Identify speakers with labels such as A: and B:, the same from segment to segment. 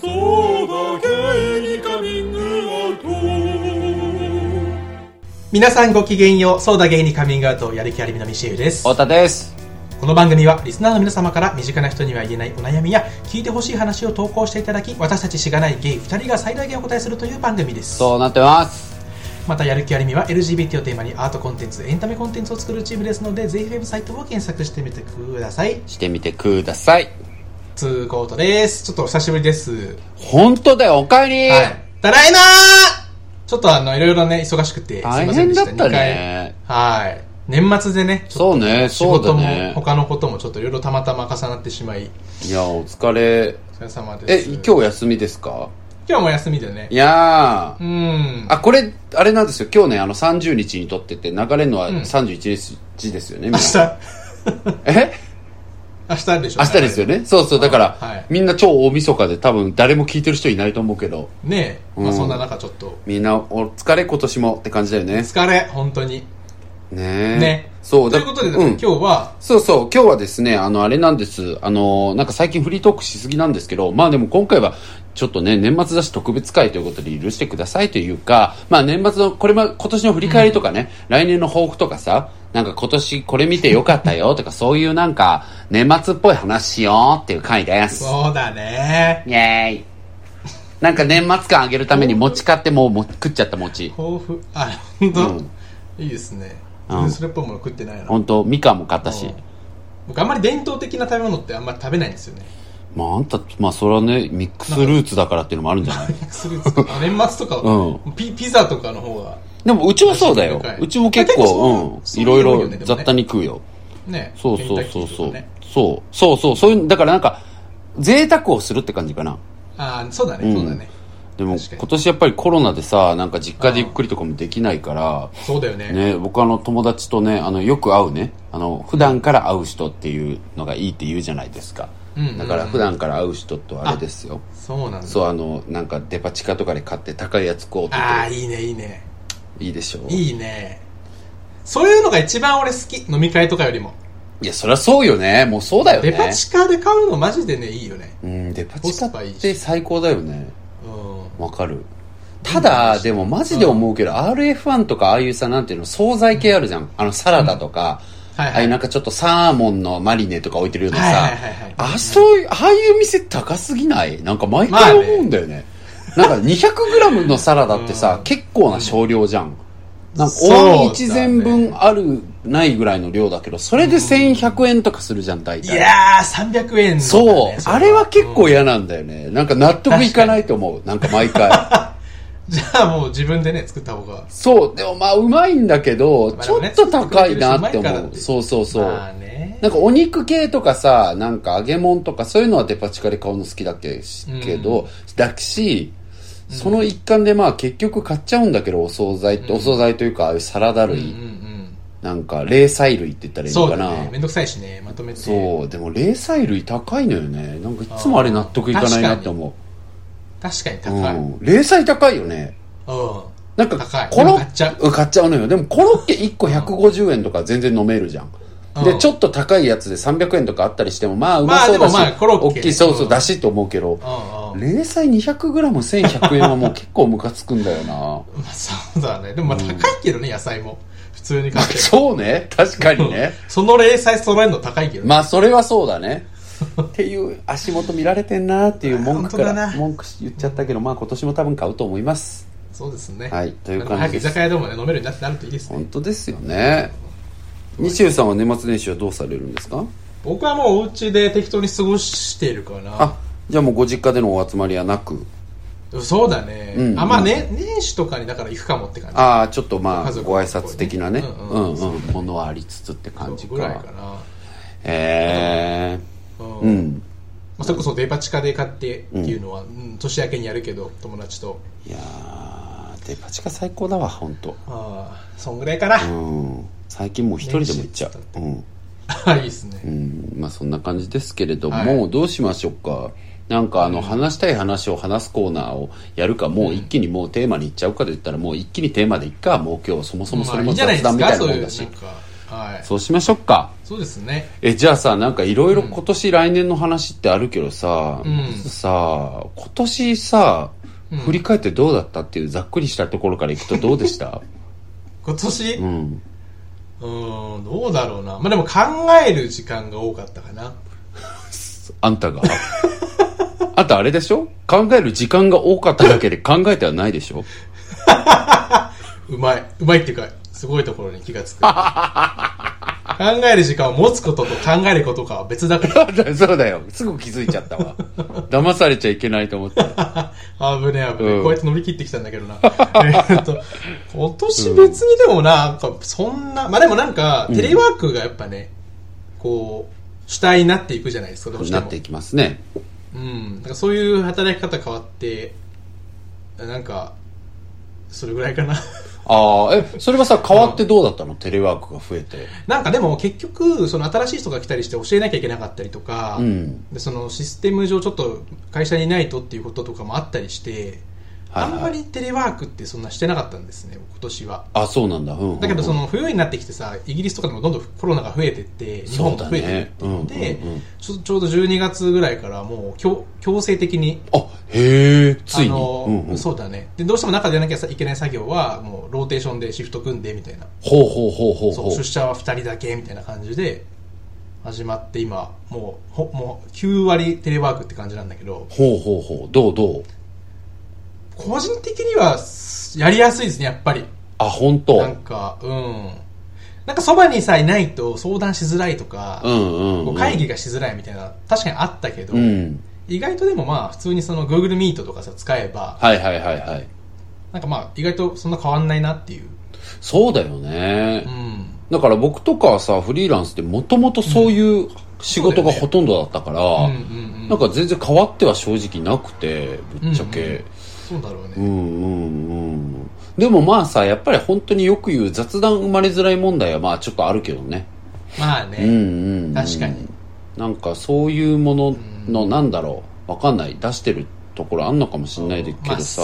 A: そうだけにカミングアウ
B: 皆さんごきげんよう、ソーダゲイにカミングアウト、やる気ありみのミシェウです。
C: 太田です。
B: この番組は、リスナーの皆様から身近な人には言えないお悩みや、聞いてほしい話を投稿していただき、私たちしがないゲイ2人が最大限お答えするという番組です。
C: そうなってます。
B: また、やる気ありみは LGBT をテーマにアートコンテンツ、エンタメコンテンツを作るチームですので、ぜひウェブサイトを検索してみてください。
C: してみてください。
B: つーことです。ちょっとお久しぶりです。
C: 本当だよ、おかえり、
B: はい。ただいまーちょっとあの、いろいろね、忙しくて、
C: 大変だったね。
B: 二回。はい。年末でね、ち
C: そ
B: ょっと
C: うね、
B: 仕
C: そうだ
B: 事も、
C: ね。
B: 他のこともちょっといろいろたまたま重なってしまい、
C: いや、お疲れ。
B: お疲れ様で
C: え、
B: す。
C: 今日休みですか
B: 今日も休みでね
C: い。や
B: う
C: ー。
B: ん。
C: あ、これ、あれなんですよ。今日ね、あの、30日に撮ってて、流れるのは
B: ん
C: 31日ですよね。みん
B: 明
C: な
B: 日、
C: え
B: 明日でしょ
C: 明日ですよ。ね。そうそう、だから、
B: はい
C: みんな超大晦日で、多分誰も聞いてる人いないと思うけど、
B: ねえ。まあ
C: うん
B: そんな中ちょっと、
C: みんなお疲れ今年もって感じだよね。
B: 疲れ、本当に。
C: ねえ。
B: ね。
C: そう
B: と
C: だ
B: いうことで、
C: うん
B: 今日は、
C: そうそう、今日はですね、あの、あれなんです。あの、なんか最近フリートークしすぎなんですけど、まあでも今回は、ちょっとね、年末だし特別会ということで許してくださいというか、まあ年末の、これま、今年の振り返りとかね、来年の抱負とかさ、なんか今年これ見てよかったよとか、そういうなんか、年末っぽい話しようっていう回です。
B: そうだね。
C: イェーイ。なんか年末感上げるために餅買ってもうも食っちゃった餅。
B: 抱負、あ、本当、
C: うん
B: いいですね。
C: うん
B: 全然それっぽいもの食ってないな。
C: ほんと、みかんも買ったし。
B: 僕あんまり伝統的な食べ物ってあんまり食べないんですよね。
C: まああんた、まあそれはね、ミックスルーツだからっていうのもあるんじゃない
B: するんですけど年末とか、
C: う
B: ピピザとかの方が、
C: でもうちはそうだよ
B: 確かに。
C: うちも結
B: あ結構
C: 構、
B: そう
C: うん。いろい
B: そういうの多いよ
C: ろ
B: ねでもね
C: 雑多に食うよ。
B: ね。
C: そう
B: ケン
C: そ
B: タ
C: う
B: ッキ
C: そ
B: ー
C: う
B: と
C: そ
B: か
C: う
B: ね。
C: そう。そうそう。そういう、だからなんか、贅沢をするって感じかな。
B: ああ、そうだね、
C: うん
B: そうだね。
C: でも
B: 確かに
C: 今年やっぱりコロナでさ、なんか実家でゆっくりとかもできないか
B: そうだよね。
C: ら、ね、僕あの友達とね、あの、よく会うね、あの、普段から会う人っていうのがいいって言うじゃないですか
B: うんうんうん。
C: だから普段から会う人とあれですよ。
B: そうなんだ。
C: そう、あの、なんかデパ地下とかで買って高いやつ買おうって
B: ああ、いいね、いいね。
C: いいでしょう。い
B: いいね。そういうのが一番俺好き。飲み会とかよりも。
C: や、そりゃそうよね。もうそうだよね。
B: デパ地下で買うのマジでね、いいよね。
C: うん、デパ地下って最高だよね。
B: うん。
C: わかる。ただ、でもマジで思うけど、RF1 とかああいうさ、なんていうの、惣菜系あるじゃん。あの、サラダとか、
B: はいはい
C: ああいうなんかちょっとサーモンのマリネとか置いてるような
B: はい
C: さ
B: はいはいはい、
C: あ、そういう、ああいう店高すぎないなんか毎回思うんだよね。なんか 200g のサラダってさ、結構な少量じゃん。なんか、
B: そうだね
C: お椀一膳分ある、ないぐらいの量だけど、それで1100円とかするじゃん、大
B: い
C: 体。
B: やー、300円のだね、
C: そう、
B: れ
C: あれは結構嫌なんだよね。なんか納得いかないと思う。なんか毎回。
B: じゃあもう自分でね、作った方が。
C: そう、でもまあうまいんだけど、
B: まあ
C: ち
B: でも
C: ょ
B: ね
C: っと高いなって
B: 作ってくれてるしうまいから
C: 思
B: っ
C: う。
B: て
C: そうそうそう。
B: まあね。
C: なんかお肉系とかさ、なんか揚げ物とかそういうのはデパ地下で買うの好きだけし
B: うん
C: けど、だし、その一環でまあ結局買っちゃうんだけど、お惣菜って、お惣菜というか、ああいうサラダ
B: うんう
C: 類、
B: ん
C: なんか冷菜類って言った
B: う
C: ら
B: ん。
C: いいの
B: そう
C: か
B: だ
C: な。
B: ね。めんどくさいしね、まとめて。
C: そう、でも冷菜類高いのよね。なんかいつもあれ納得いかないなって思う。
B: 確かに
C: う
B: 高い。うん。
C: ん、冷菜高いよねなんか
B: 高い
C: コロ
B: でも買っちゃう
C: うん買っちゃうのよでもコロッケ1個150円とか全然飲めるじゃん、
B: うん
C: でちょっと高いやつで300円とかあったりしてもまあうま
B: まあ
C: そうだし、
B: でもまあコロッケ
C: 大きいそうそううんだしと思うけど、
B: うんうん。
C: 冷菜 200g1100 円は もう結構ムカつくんだよな
B: まあそうだね。でもまあ高いけどね、野菜も。普通に買っ て。
C: そうね確かにね
B: その零細揃えるの高いけどね。
C: まあそれはそうだねっていう足元見られてんなっていう文句か
B: あ本当だ
C: ら
B: な
C: 文句言っちゃったけどまあ今年も多分買うと思います
B: そうですね。
C: はいという感じです
B: まあ早く居酒屋でもね、飲めるようになってなるといいですね。
C: 本当ですよね西尾さんは年末年始はどうされるんですか
B: 僕はもうお家で適当に過ごしているからな。
C: あじゃあもうご実家でのお集まりはなく
B: そうだね。
C: うん
B: あ、まあね、年始とかにだから行くかもって感じ。
C: ああちょっとま
B: 家
C: あ
B: 族
C: ご挨拶的なね
B: こう
C: う
B: ねうん
C: んうんものはありつつって感じ
B: ぐらい
C: か
B: かな。
C: へえ
B: うん
C: うん
B: まあ、それこそデパ地下で買ってっていうのは、うん年明けにやるけど、友達と。
C: いやーデパ地下最高だわ本当
B: ああ、そんぐらいかな。
C: うん最近もう一人でも行っちゃううん、
B: あ いいですね
C: う。ん、まあそんな感じですけれども、
B: は
C: どうしましょうかなんかあの話したい話を話すコーナーをやるかもう一気にもうテーマに行っちゃうかと言ったらもう一気にテーマでいっかもう今日そもそもそれ
B: まあい
C: も
B: いじゃない
C: 雑談
B: です
C: みた
B: か、
C: いな
B: そう
C: も
B: い
C: ん
B: う、な
C: だ
B: ん
C: し
B: か。はい
C: そうしましょうか。
B: そうですね
C: え、じゃあさ、なんかいろいろ今年、来年の話ってあるけどさ、
B: うん
C: さ、今年さ、振り返ってどうだったっていうざっくりしたところからいくとどうでした
B: 今年う
C: うん。
B: ーんどうだろうなまあでも考える時間が多かったかな
C: あんたが あんたあれでしょ考える時間が多かっただけで考えてはないでしょ
B: うまいうまいっていうかすごいところに気がつく考える時間を持つことと考えることが別だから
C: そうだよ。すぐ気づいちゃった わ。騙されちゃいけないと思って。
B: 危ねえ危ねえ、
C: うん
B: こうやって乗り切ってきたんだけどなえっと今年別にでもなんかそんなまあでもなんかテレワークがやっぱね、こう主体になっていくじゃないですかどうして
C: な
B: も
C: っていきますね。
B: うん、なんかそういう働き方変わって、なんか、それぐらいかな。
C: ああ、え、それはさ、変わってどうだったの、テレワークが増えて。
B: なんかでも結局、その新しい人が来たりして教えなきゃいけなかったりとか、
C: うん。
B: でそのシステム上ちょっと会社にいないとっていうこととかもあったりして、
C: はいはい
B: あんまりテレワークってそんなしてなかったんですね、今年は。
C: あ、そうなんだ。うんうんうん。
B: だけどその冬になってきてさ、イギリスとかでもどんどんコロナが増えてって、日本も増えてっていうので、
C: そうだねうんうんうん
B: ちょちょうど12月ぐらいからもう強強制的に
C: あ、へえ、ついに。
B: あの
C: うんうん、
B: そうだねでどうしても中でやらなきゃいけない作業はもうローテーションでシフト組んでみたいな
C: ほうほうほうほう
B: そ
C: ほ
B: う
C: う。
B: 出社は2人だけみたいな感じで始まって今もうほもう9割テレワークって感じなんだけど
C: ほうほうほう。どうどう
B: 個人的にはすやりやすいですねやっぱり
C: あ、本当
B: なんかうんなんかそばにさいないと相談しづらいとか、
C: うんうん、
B: こ
C: う。
B: うん会議がしづらいみたいな確かにあったけど、
C: うん。
B: 意外とでもまあ普通にその Google Meet とかさ使えば
C: はいはいはいはい。
B: なんかまあ意外とそんな変わんないなっていう
C: そうだよね。
B: うん
C: だから僕とかはさ、フリーランスってもともとそういう仕事がほとんどだったから、
B: うんうんうん
C: なんか全然変わっては正直なくて、ぶっちゃ
B: うんう
C: け。
B: そうだろう
C: う
B: ね。
C: んうんうん。でもまあさ、やっぱり本当によく言う雑談生まれづらい問題はまあちょっとあるけどね。
B: まあ
C: うん
B: ね。
C: うん、うん。
B: 確かに。
C: なんかそういうものの、なんだろう、わかんない、出してるところあんのかもしれないけ
B: まあ
C: どさ。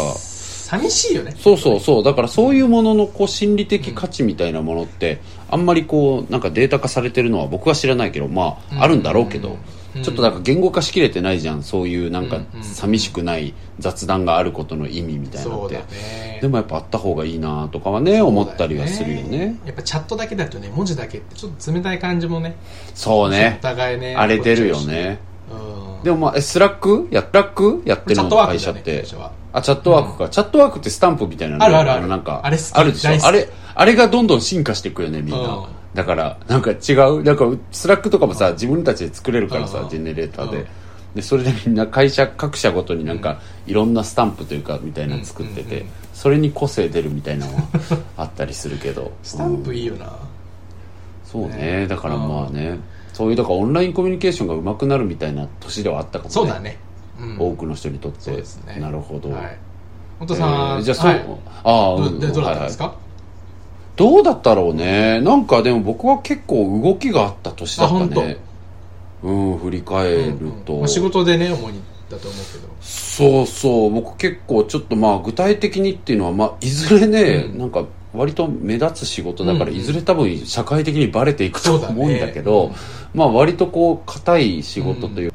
B: 寂しいよね。
C: そうそうそう。だからそういうもののこう心理的価値みたいなものって、あんまりこう、なんかデータ化されてるのは僕は知らないけど、まあ、あるんだろうけど、
B: うん
C: ちょっとなんか言語化しきれてないじゃん。そういうなん
B: う
C: か
B: んうん
C: 寂しくない雑談があることの意味みたいなの
B: そ
C: っ
B: う
C: て
B: だ。ね。
C: でもやっぱあった方がいいなとかはね、思ったりはするよね。。
B: やっぱチャットだけだとね、文字だけってちょっと冷たい感じもね、
C: そうね
B: お。互いね、
C: 荒れてるよね。
B: うん。
C: でもまあ、え、スラックや、スラックやって
B: チ
C: る
B: ャッ
C: の
B: トワー
C: 会
B: クだ
C: 社っ
B: ね、
C: て
B: 会。社は。
C: あ、チャットワークか、チャットワークってスタンプみたいなの
B: あるあるある
C: なんか、
B: あれ好き
C: あるでしょ
B: 大好き
C: あれ、あれがどんどん進化していくよね、みんな。
B: うん
C: だから、なんか違う、なんか、スラックとかもさ、自分たちで作れるから
B: う
C: さ
B: ん、
C: ジェネレーター
B: うん
C: で。で、それでみんな会社、各社ごとになんか、いろんなスタンプというか、みたいなの作って
B: うんうん
C: て
B: うん、
C: それに個性出るみたいなのは あったりするけど。
B: スタン
C: う
B: プ
C: ん
B: いいよな。
C: そう
B: ね
C: ね。だからまあね、そういう、だからオンラインコミュニケーションが上手くなるみたいな年ではあったかもね。
B: そうだ。ね。うん
C: 多くの人にとっ
B: そう
C: て
B: です。ね。
C: なるほど。
B: はい。本当さ
C: え
B: ん、
C: ーじゃあそう、
B: はい
C: ああ、
B: どうでどうだったんです
C: はいはい
B: か
C: どうだったろうねなんかでも僕は結構動きがあった年だった
B: あ本
C: ねうん振り返ると、
B: うんまあ仕事でね、主にだと思うけど。
C: そうそう僕結構ちょっとまあ具体的にっていうのは、まあ、いずれね、
B: うん
C: なんか割と目立つ仕事だから、
B: うんうん
C: いずれ多分社会的にバレていくと
B: そうだね
C: 思うんだけどまあ割とこう硬い仕事という、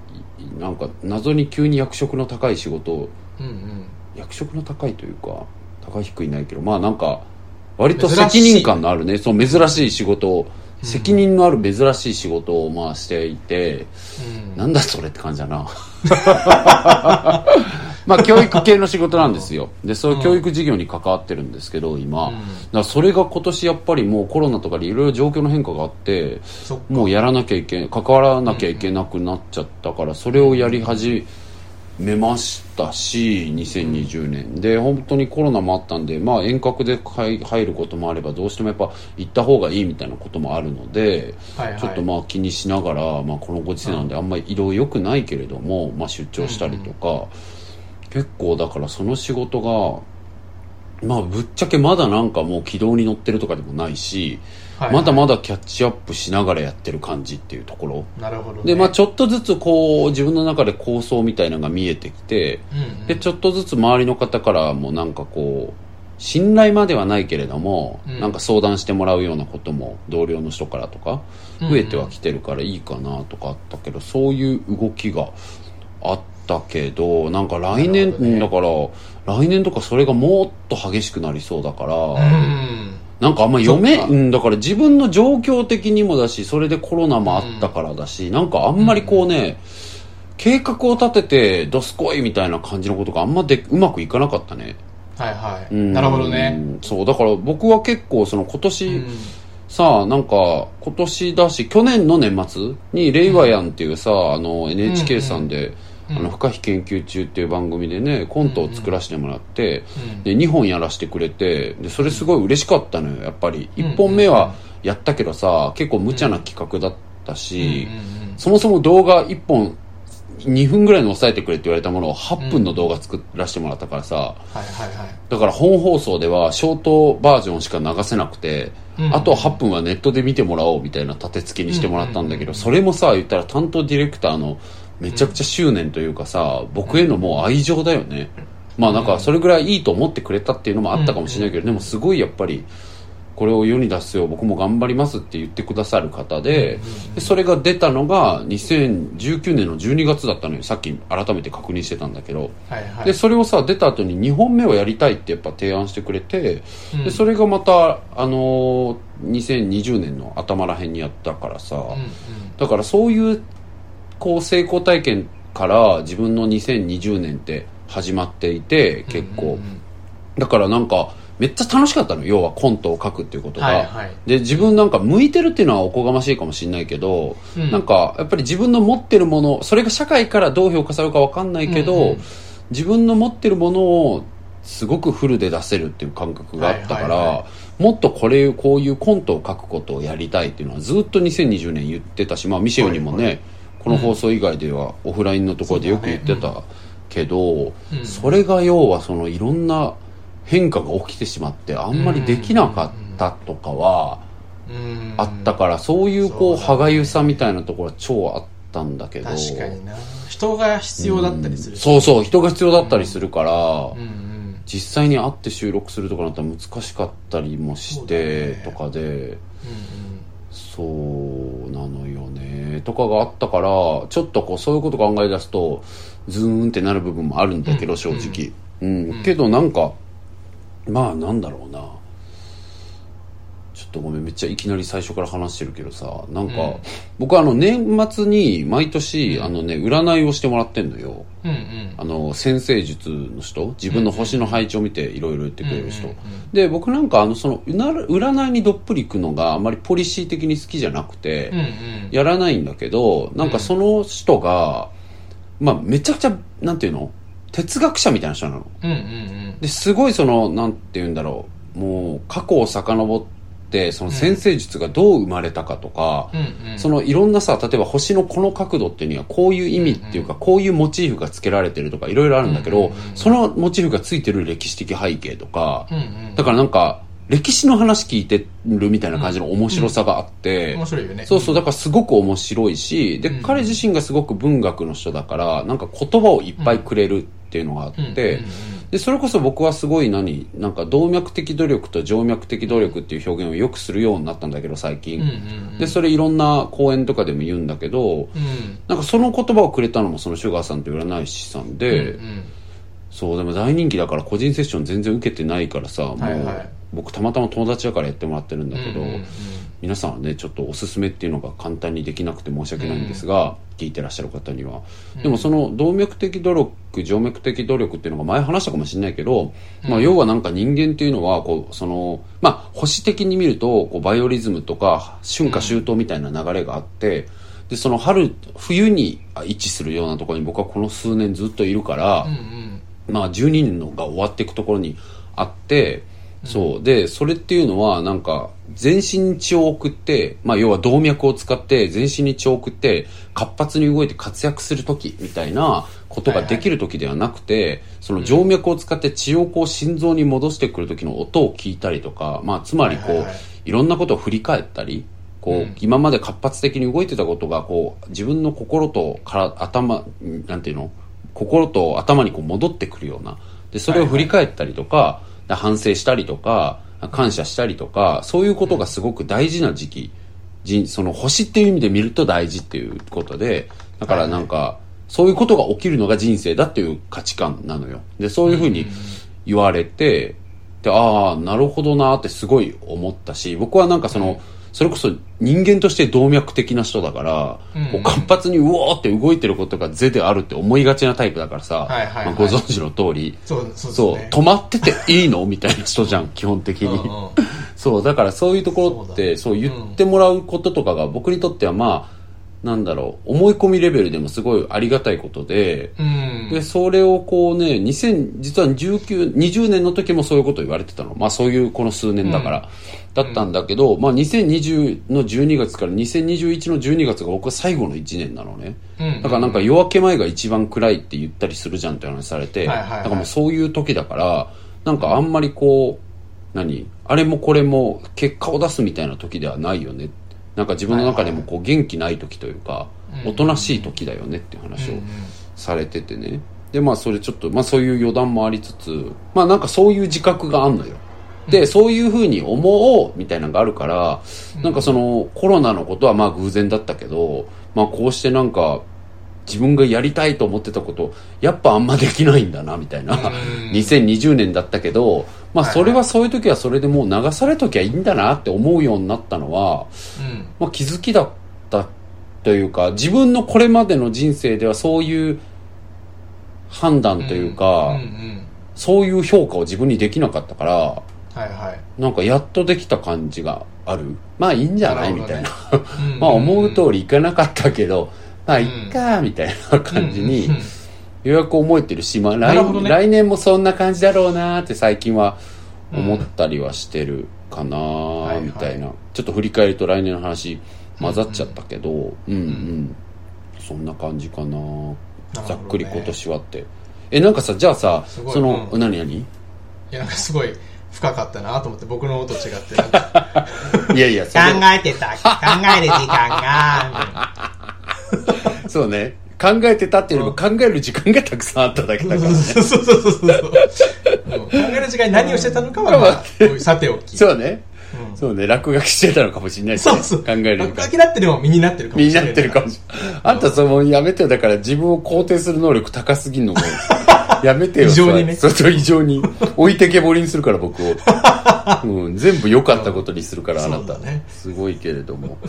C: なんか謎に急に役職の高い仕事を
B: うんうん。
C: 役職の高いというか高い低いないけどまあなんか割と
B: 珍し
C: 責
B: い
C: 任感のあるねそう珍しい仕事を、責任のある珍しい仕事をまあしていて、
B: うん
C: なんだそれって感じだ なまあ教育系の仕事なんですよでそういう教育事業に関わってるんですけど今、
B: うん
C: だからそれが今年やっぱりもうコロナとかでいろいろ状況の変化があって
B: そっか
C: もうやらなきゃいけ関わらなきゃいけなくなっちゃったから、それをやり始めましたし2020年で本当にコロナもあったんで、まあ、遠隔で入入ることもあればどうしてもやっぱ行った方がいいみたいなこともあるので、
B: はいはい
C: ちょっとまあ気にしながら、まあ、このご時世なんであんまり移動良くないけれども、まあ、出張したりとか、結構だからその仕事が。まあ、ぶっちゃけまだなんかもう軌道に乗ってるとかでもないし、
B: はい
C: まだまだキャッチアップしながらやってる感じっていうところ。
B: なるほど、ね。
C: で、まあちょっとずつこう、自分の中で構想みたいなのが見えてきて、
B: うんうん
C: で、ちょっとずつ周りの方からもなんかこう、信頼まではないけれども、
B: うん
C: なんか相談してもらうようなことも同僚の人からとか
B: うん
C: 増えてはきてるからいいかなとかあったけど、そういう動きがあったけどなんか来
B: なる
C: 年、
B: ほどね
C: だから来年とかそれがもっと激しくなりそうだから、
B: うん
C: なんかあんま読め、
B: そっか
C: うん、だから自分の状況的にもだし、それでコロナもあったからだし、なんかあんまりこうね、計画を立てて、どすこいみたいな感じのことがあんまでうまくいかなかったね。
B: はいは
C: う
B: い
C: ん
B: なるほどね。
C: そう、だから僕は結構その今年、
B: うん
C: さあ、なんか、今年だし、去年の年末に、レイワヤンっていうさ、あの、
B: うんう
C: NHK
B: ん
C: さんで、
B: うん
C: あの、不可避研究中っていう番組でね、コントを作らせてもらって、
B: うん
C: で、2本やらせてくれて、で、それすごい嬉しかったのよ、やっぱり。
B: うん
C: 1本目はやったけどさ、結構無茶な企画だったし
B: うん、うん
C: そもそも動画1本、2分ぐらいに抑えてくれって言われたものを8分の動画作らせてもらったからさ、
B: はいはいはい
C: だから本放送ではショートバージョンしか流せなくて、
B: うん
C: あと8分はネットで見てもらおうみたいな立て付けにしてもらったんだけど、それもさ言ったら担当ディレクターのめちゃくちゃ執念というかさ、僕へのもう愛情だよね、まあなんかそれぐらいいいと思ってくれたっていうのもあったかもしれないけど、でもすごいやっぱりこれを世に出すよう僕も頑張りますって言ってくださる方で,、でそれが出たのが2019年の12月だったのよさっき改めて確認してたんだけど。
B: はいはい
C: でそれをさ出た後に2本目をやりたいってやっぱ提案してくれて、
B: う
C: で
B: ん
C: それがまた、あのー2020年の頭らへんにやったからさ、
B: うんうん
C: だからそういうこう成功体験から自分の2020年って始まっていて結構、
B: うんうん
C: だからなんかめっちゃ楽しかったの要はコントを書くっていうことが、
B: はいはい
C: で自分なんか向いてるっていうのはおこがましいかもしれないけど、
B: うん
C: なんかやっぱり自分の持ってるものそれが社会からどう評価されるかわかんないけど、
B: うんうん
C: 自分の持ってるものをすごくフルで出せるっていう感覚があったから、
B: はいはいは
C: もっとこれこういうコントを書くことをやりたいっていうのはずっと2020年言ってたし、まあ、ミシェルにもね、この放送以外ではオフラインのところでよく言ってたけど、
B: うんうん
C: それが要はそのいろんな変化が起きてしまってあんまりできなかったとかは。
B: うん
C: あったから、そういうこう
B: そうだね
C: 歯がゆさみたいなところは超あったんだけど
B: 確かにな人が必要だったりするし
C: そうそう人が必要だったりするから、
B: うんうん
C: 実際に会って収録するとかなったら難しかったりもして、
B: そ
C: と
B: うだ
C: か
B: ね
C: で
B: うんうん
C: そうなのよねとかがあったからちょっとこうそういうこと考え出すとズーンってなる部分もあるんだけど、
B: うん
C: 正直、うん
B: うん
C: けどなんかまあなんだろうなちょっとごめんめっちゃいきなり最初から話してるけどさなんか、
B: うん
C: 僕あの年末に毎年あのね占いをしてもらってんのよ、
B: うんうん
C: あの先生術の人自分の星の配置を見ていろいろ言ってくれる人、
B: うんうん
C: で僕なんかあのそのうな占いにどっぷりいくのがあまりポリシー的に好きじゃなくて、
B: うんうん
C: やらないんだけどなんかその人が、まあ、めちゃくちゃなんていうの哲学者みたいな人なの
B: うんうん
C: ですごいそのなんて言うんだろうもう過去を遡ってその先生術がどう生まれたかとか、
B: うんうんうん
C: そのいろんなさ例えば星のこの角度っていうにはこういう意味っていうか、こういうモチーフが付けられてるとかいろいろあるんだけど、
B: うんうんうん
C: そのモチーフが付いてる歴史的背景とか、
B: うんうん
C: だからなんか歴史の話聞いてるみたいな感じの面白さがあって、
B: 面白いよね
C: そうそうだからすごく面白いしで、
B: うん
C: 彼自身がすごく文学の人だからなんか言葉をいっぱいくれるっていうのがあって。
B: うんうんうん
C: でそれこそ僕はすごい何なんか動脈的努力と静脈的努力っていう表現をよくするようになったんだけど最近、
B: うんうん
C: でそれいろんな講演とかでも言うんだけど
B: うん
C: なんかその言葉をくれたのもそのシュガーさんという占い師さんで、
B: うん
C: そうでも大人気だから個人セッション全然受けてないからさもう、
B: はいはい
C: 僕たまたま友達だからやってもらってるんだけど、
B: うんうんうん
C: 皆さんはねちょっとおすすめっていうのが簡単にできなくて申し訳ないんですが、聞いてらっしゃる方には、でもその動脈的努力静脈的努力っていうのが前話したかもしれないけど、まあ、要はなんか人間っていうのはこうその、まあ、保守的に見るとこうバイオリズムとか春夏秋冬みたいな流れがあって、でその春冬にあ位置するようなところに僕はこの数年ずっといるから。
B: うんうん
C: まあ、12人のが終わっていくところにあって、そうでそれっていうのはなんか全身に血を送って、まあ、要は動脈を使って全身に血を送って活発に動いて活躍する時みたいなことができる時ではなくて、その静脈を使って血をこう心臓に戻してくる時の音を聞いたりとか、まあ、つまりこう、
B: はいいはいはい
C: ろんなことを振り返ったり。こう
B: うん
C: 今まで活発的に動いてたことがこう自分の心とから頭んなんていうの心と頭にこう戻ってくるようなでそれを振り返ったりとか、だ反省したりとか、感謝したりとか、そういうことがすごく大事な時期。人その星っていう意味で見ると大事っていうことで、だからなんか、そういうことが起きるのが人生だっていう価値観なのよ。で、そういうふうに言われて、で、ああ、なるほどなーってすごい思ったし、僕はなんかその、それこそ人間として動脈的な人だから、
B: うん
C: こう活発にうおーって動いてることが是であるって思いがちなタイプだからさ、
B: はいはいはい
C: まあご存知の通り、
B: そうそう
C: そう、
B: で
C: 止
B: すね
C: まってていいのみたいな人じゃん、基本的に。
B: うんうん
C: そう、だからそういうところって、
B: そ
C: そうう
B: だ
C: 言ってもらうこととかが僕にとってはまあ、なんだろう、思い込みレベルでもすごいありがたいことで、
B: うん
C: で、それをこうね、2000、実は19、20年の時もそういうこと言われてたの。まあそういうこの数年だから。だったんだけど、まあ2020の12月から2021の12月が僕は最後の1年なのね。
B: うん
C: だからなんか夜明け前が一番暗いって言ったりするじゃんって話されて、
B: はいはいはい
C: だからもうそういう時だから、なんかあんまりこう、何あれもこれも結果を出すみたいな時ではないよね。なんか自分の中でもこう元気ない時というか、おとなしい時だよねっていう話をされててね。で、まあそれちょっと、まあそういう余談もありつつ、まあなんかそういう自覚があんのよ。で、そういうふうに思おうみたいなのがあるから、なんかそのコロナのことはまあ偶然だったけど、まあこうしてなんか自分がやりたいと思ってたこと、やっぱあんまできないんだなみたいな。
B: うん
C: 2020年だったけど、まあ
B: はいはい
C: それはそういう時はそれでもう流されときゃいいんだなって思うようになったのは、
B: うん
C: まあ、気づきだったというか自分のこれまでの人生ではそういう判断というか、
B: うんうん
C: そういう評価を自分にできなかったから
B: はいはい
C: なんかやっとできた感じがあるまあいいんじゃない
B: なる
C: み
B: ほど
C: たい
B: ね
C: な
B: うん
C: まあ思う通りいかなかったけどまあいっかみたいな感じに
B: うんうん
C: ようやく思えてるし、まあ
B: な
C: 来
B: るほどね
C: 来年もそんな感じだろうなーって最近は思ったりはしてるかな
B: はい
C: ー
B: はい
C: みたいな、ちょっと振り返ると来年の話混ざっちゃったけど、うんうん、そんな感じかなー
B: なるほどね
C: ざっくり今年はってえなんかさじゃあさ
B: すごい
C: その、
B: う
C: 何何
B: いやなんかすごい深かったなと思って僕の音違ってなんか
C: いやいやそ
B: 考
C: れ
B: えてた考える時間が
C: そうね考えてたっていうよりも考える時間がたくさんあっただけだから、
B: そうそうそうそうそううん考える時間に何をしてたのかは、まあおい、さておき
C: そうね、
B: うん
C: そうね落書きしてたのかもしれないしね、
B: そうそう
C: 考える時間
B: 落書きだってでも身になってるかも
C: みん
B: しれ
C: な
B: ない
C: ってるかもしれない。 あんたそのやめてよだから自分を肯定する能力高すぎんのも うやめてよ。
B: 異常にね
C: そうそう、異常に。置いてけぼりにするから僕を。うん、全部良かったことにするからあ
B: うん
C: なた。
B: そうだね
C: すごいけれども。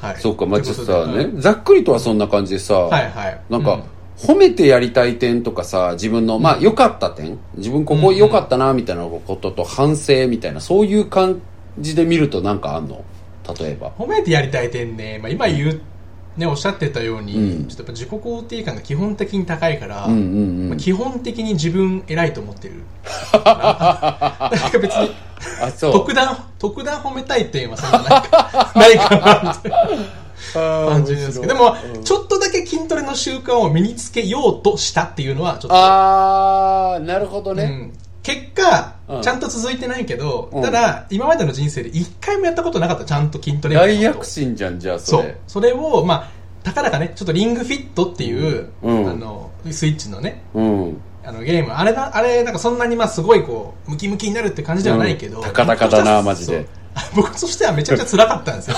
B: はい
C: そうか、まあちょっとさ、
B: ということで
C: ね、ざっくりとはそんな感じでさ、
B: はいはい
C: なんか、褒めてやりたい点とかさ、自分の、まあ、良かった点、自分ここ良かったな、みたいなことと反省みたいな、そういう感じで見るとなんかあんの例えば。
B: 褒めてやりたい点ね、まあ、今言う、ね、おっしゃってたように、
C: うん
B: ちょっとやっぱ自己肯定感が基本的に高いから、
C: うんうんう
B: まあ
C: ん。
B: 基本的に自分偉いと思っ てるなんか別に
C: あ、そう。
B: 特段特段褒めたいっていうのはそんなない かないかなって感
C: 感
B: じですけどでも、ちょっとだけ筋トレの習慣を身につけようとしたっていうのはちょっと
C: あー、なるほど
B: う
C: ね。
B: ん結果、
C: うん
B: ちゃんと続いてないけど、
C: うん
B: ただ今までの人生で一回もやったことなかったちゃんと筋トレみたい
C: 大
B: なこと
C: 躍進じゃん、じゃあ、それ
B: そう。。それを、まあ、たかだかね、ちょっとリングフィットっていう、
C: うん
B: あの、スイッチのね、
C: うん。
B: あのゲーム、あれな、あれ、なんかそんなにまあすごいこう、ムキムキになるって感じではないけど。
C: うん高々だな
B: 僕
C: マ
B: としては
C: ジで。
B: そう僕としてはめちゃくちゃ辛かったんですよ。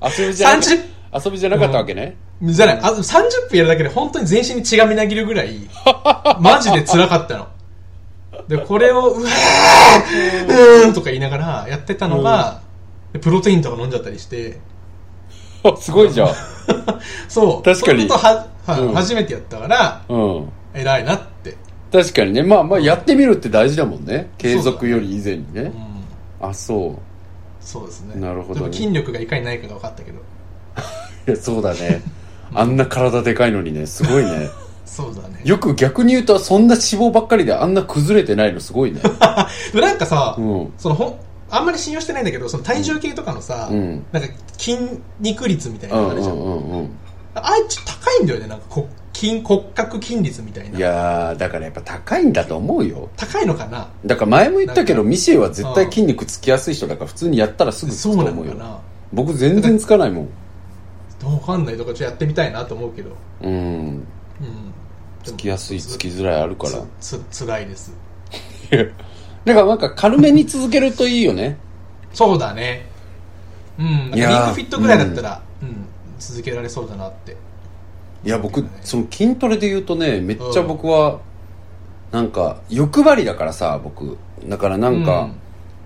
C: 遊びじゃな
B: 30
C: 遊びじゃなかったわけね。
B: じゃない、あ30分やるだけで本当に全身に血がみなぎるぐらい、マジで辛かったの。で、これを、うわーうーんとか言いながらやってたのが、でプロテインとか飲んじゃったりして、
C: すごいじゃん。
B: そう。
C: 確かに
B: そういうことは、は
C: うん
B: 初めてやったから、
C: うん。
B: 偉いなって。
C: 確かにね。まあまあ、やってみるって大事だもんね。継続より以前にね
B: う。ん
C: あ、そ
B: そうですね。
C: なるほどね
B: でも筋力がいかにないかが分かったけど。
C: う。いや、そうだね。あんな体でかいのにね、すごいね。
B: そうだね。
C: よく逆に言うと、そんな脂肪ばっかりであんな崩れてないのすご いね。
B: でなんかさ、
C: うん。
B: そのほんあんまり信用してないんだけど、その体重計とかのさ、
C: うん
B: なんか筋肉率みたいうなの
C: ん
B: あ
C: う
B: るじゃん。
C: んうんうん。
B: あれちょっと高いんだよね、なんかこ筋骨格筋率みたい
C: い
B: な。
C: やー、だからやっぱ高いんだと思うよ。
B: 高いのかな
C: だから前も言ったけど、
B: なん
C: ミシェは絶対筋肉つきやすい人だから普通にやったらすぐつ
B: そう
C: くと
B: な
C: 思
B: の
C: う
B: か
C: よ。
B: な
C: 僕全然つかないも ん。
B: 分かんないとかちょっとやってみたいなと思うけど。
C: うん。
B: うん。
C: つきやすい、つきづらいあるから。
B: つ、つ、辛いです。
C: いう。だからなんか軽めに続けるといいよね。
B: そうだねうんなん
C: い
B: かリ
C: やー
B: ングフィットぐらいだったら、うん続けられそうだなって
C: いや、僕、その筋トレで言うとね、めっちゃ僕は、なんか欲張りだからさ、僕。だからなんか、
B: うん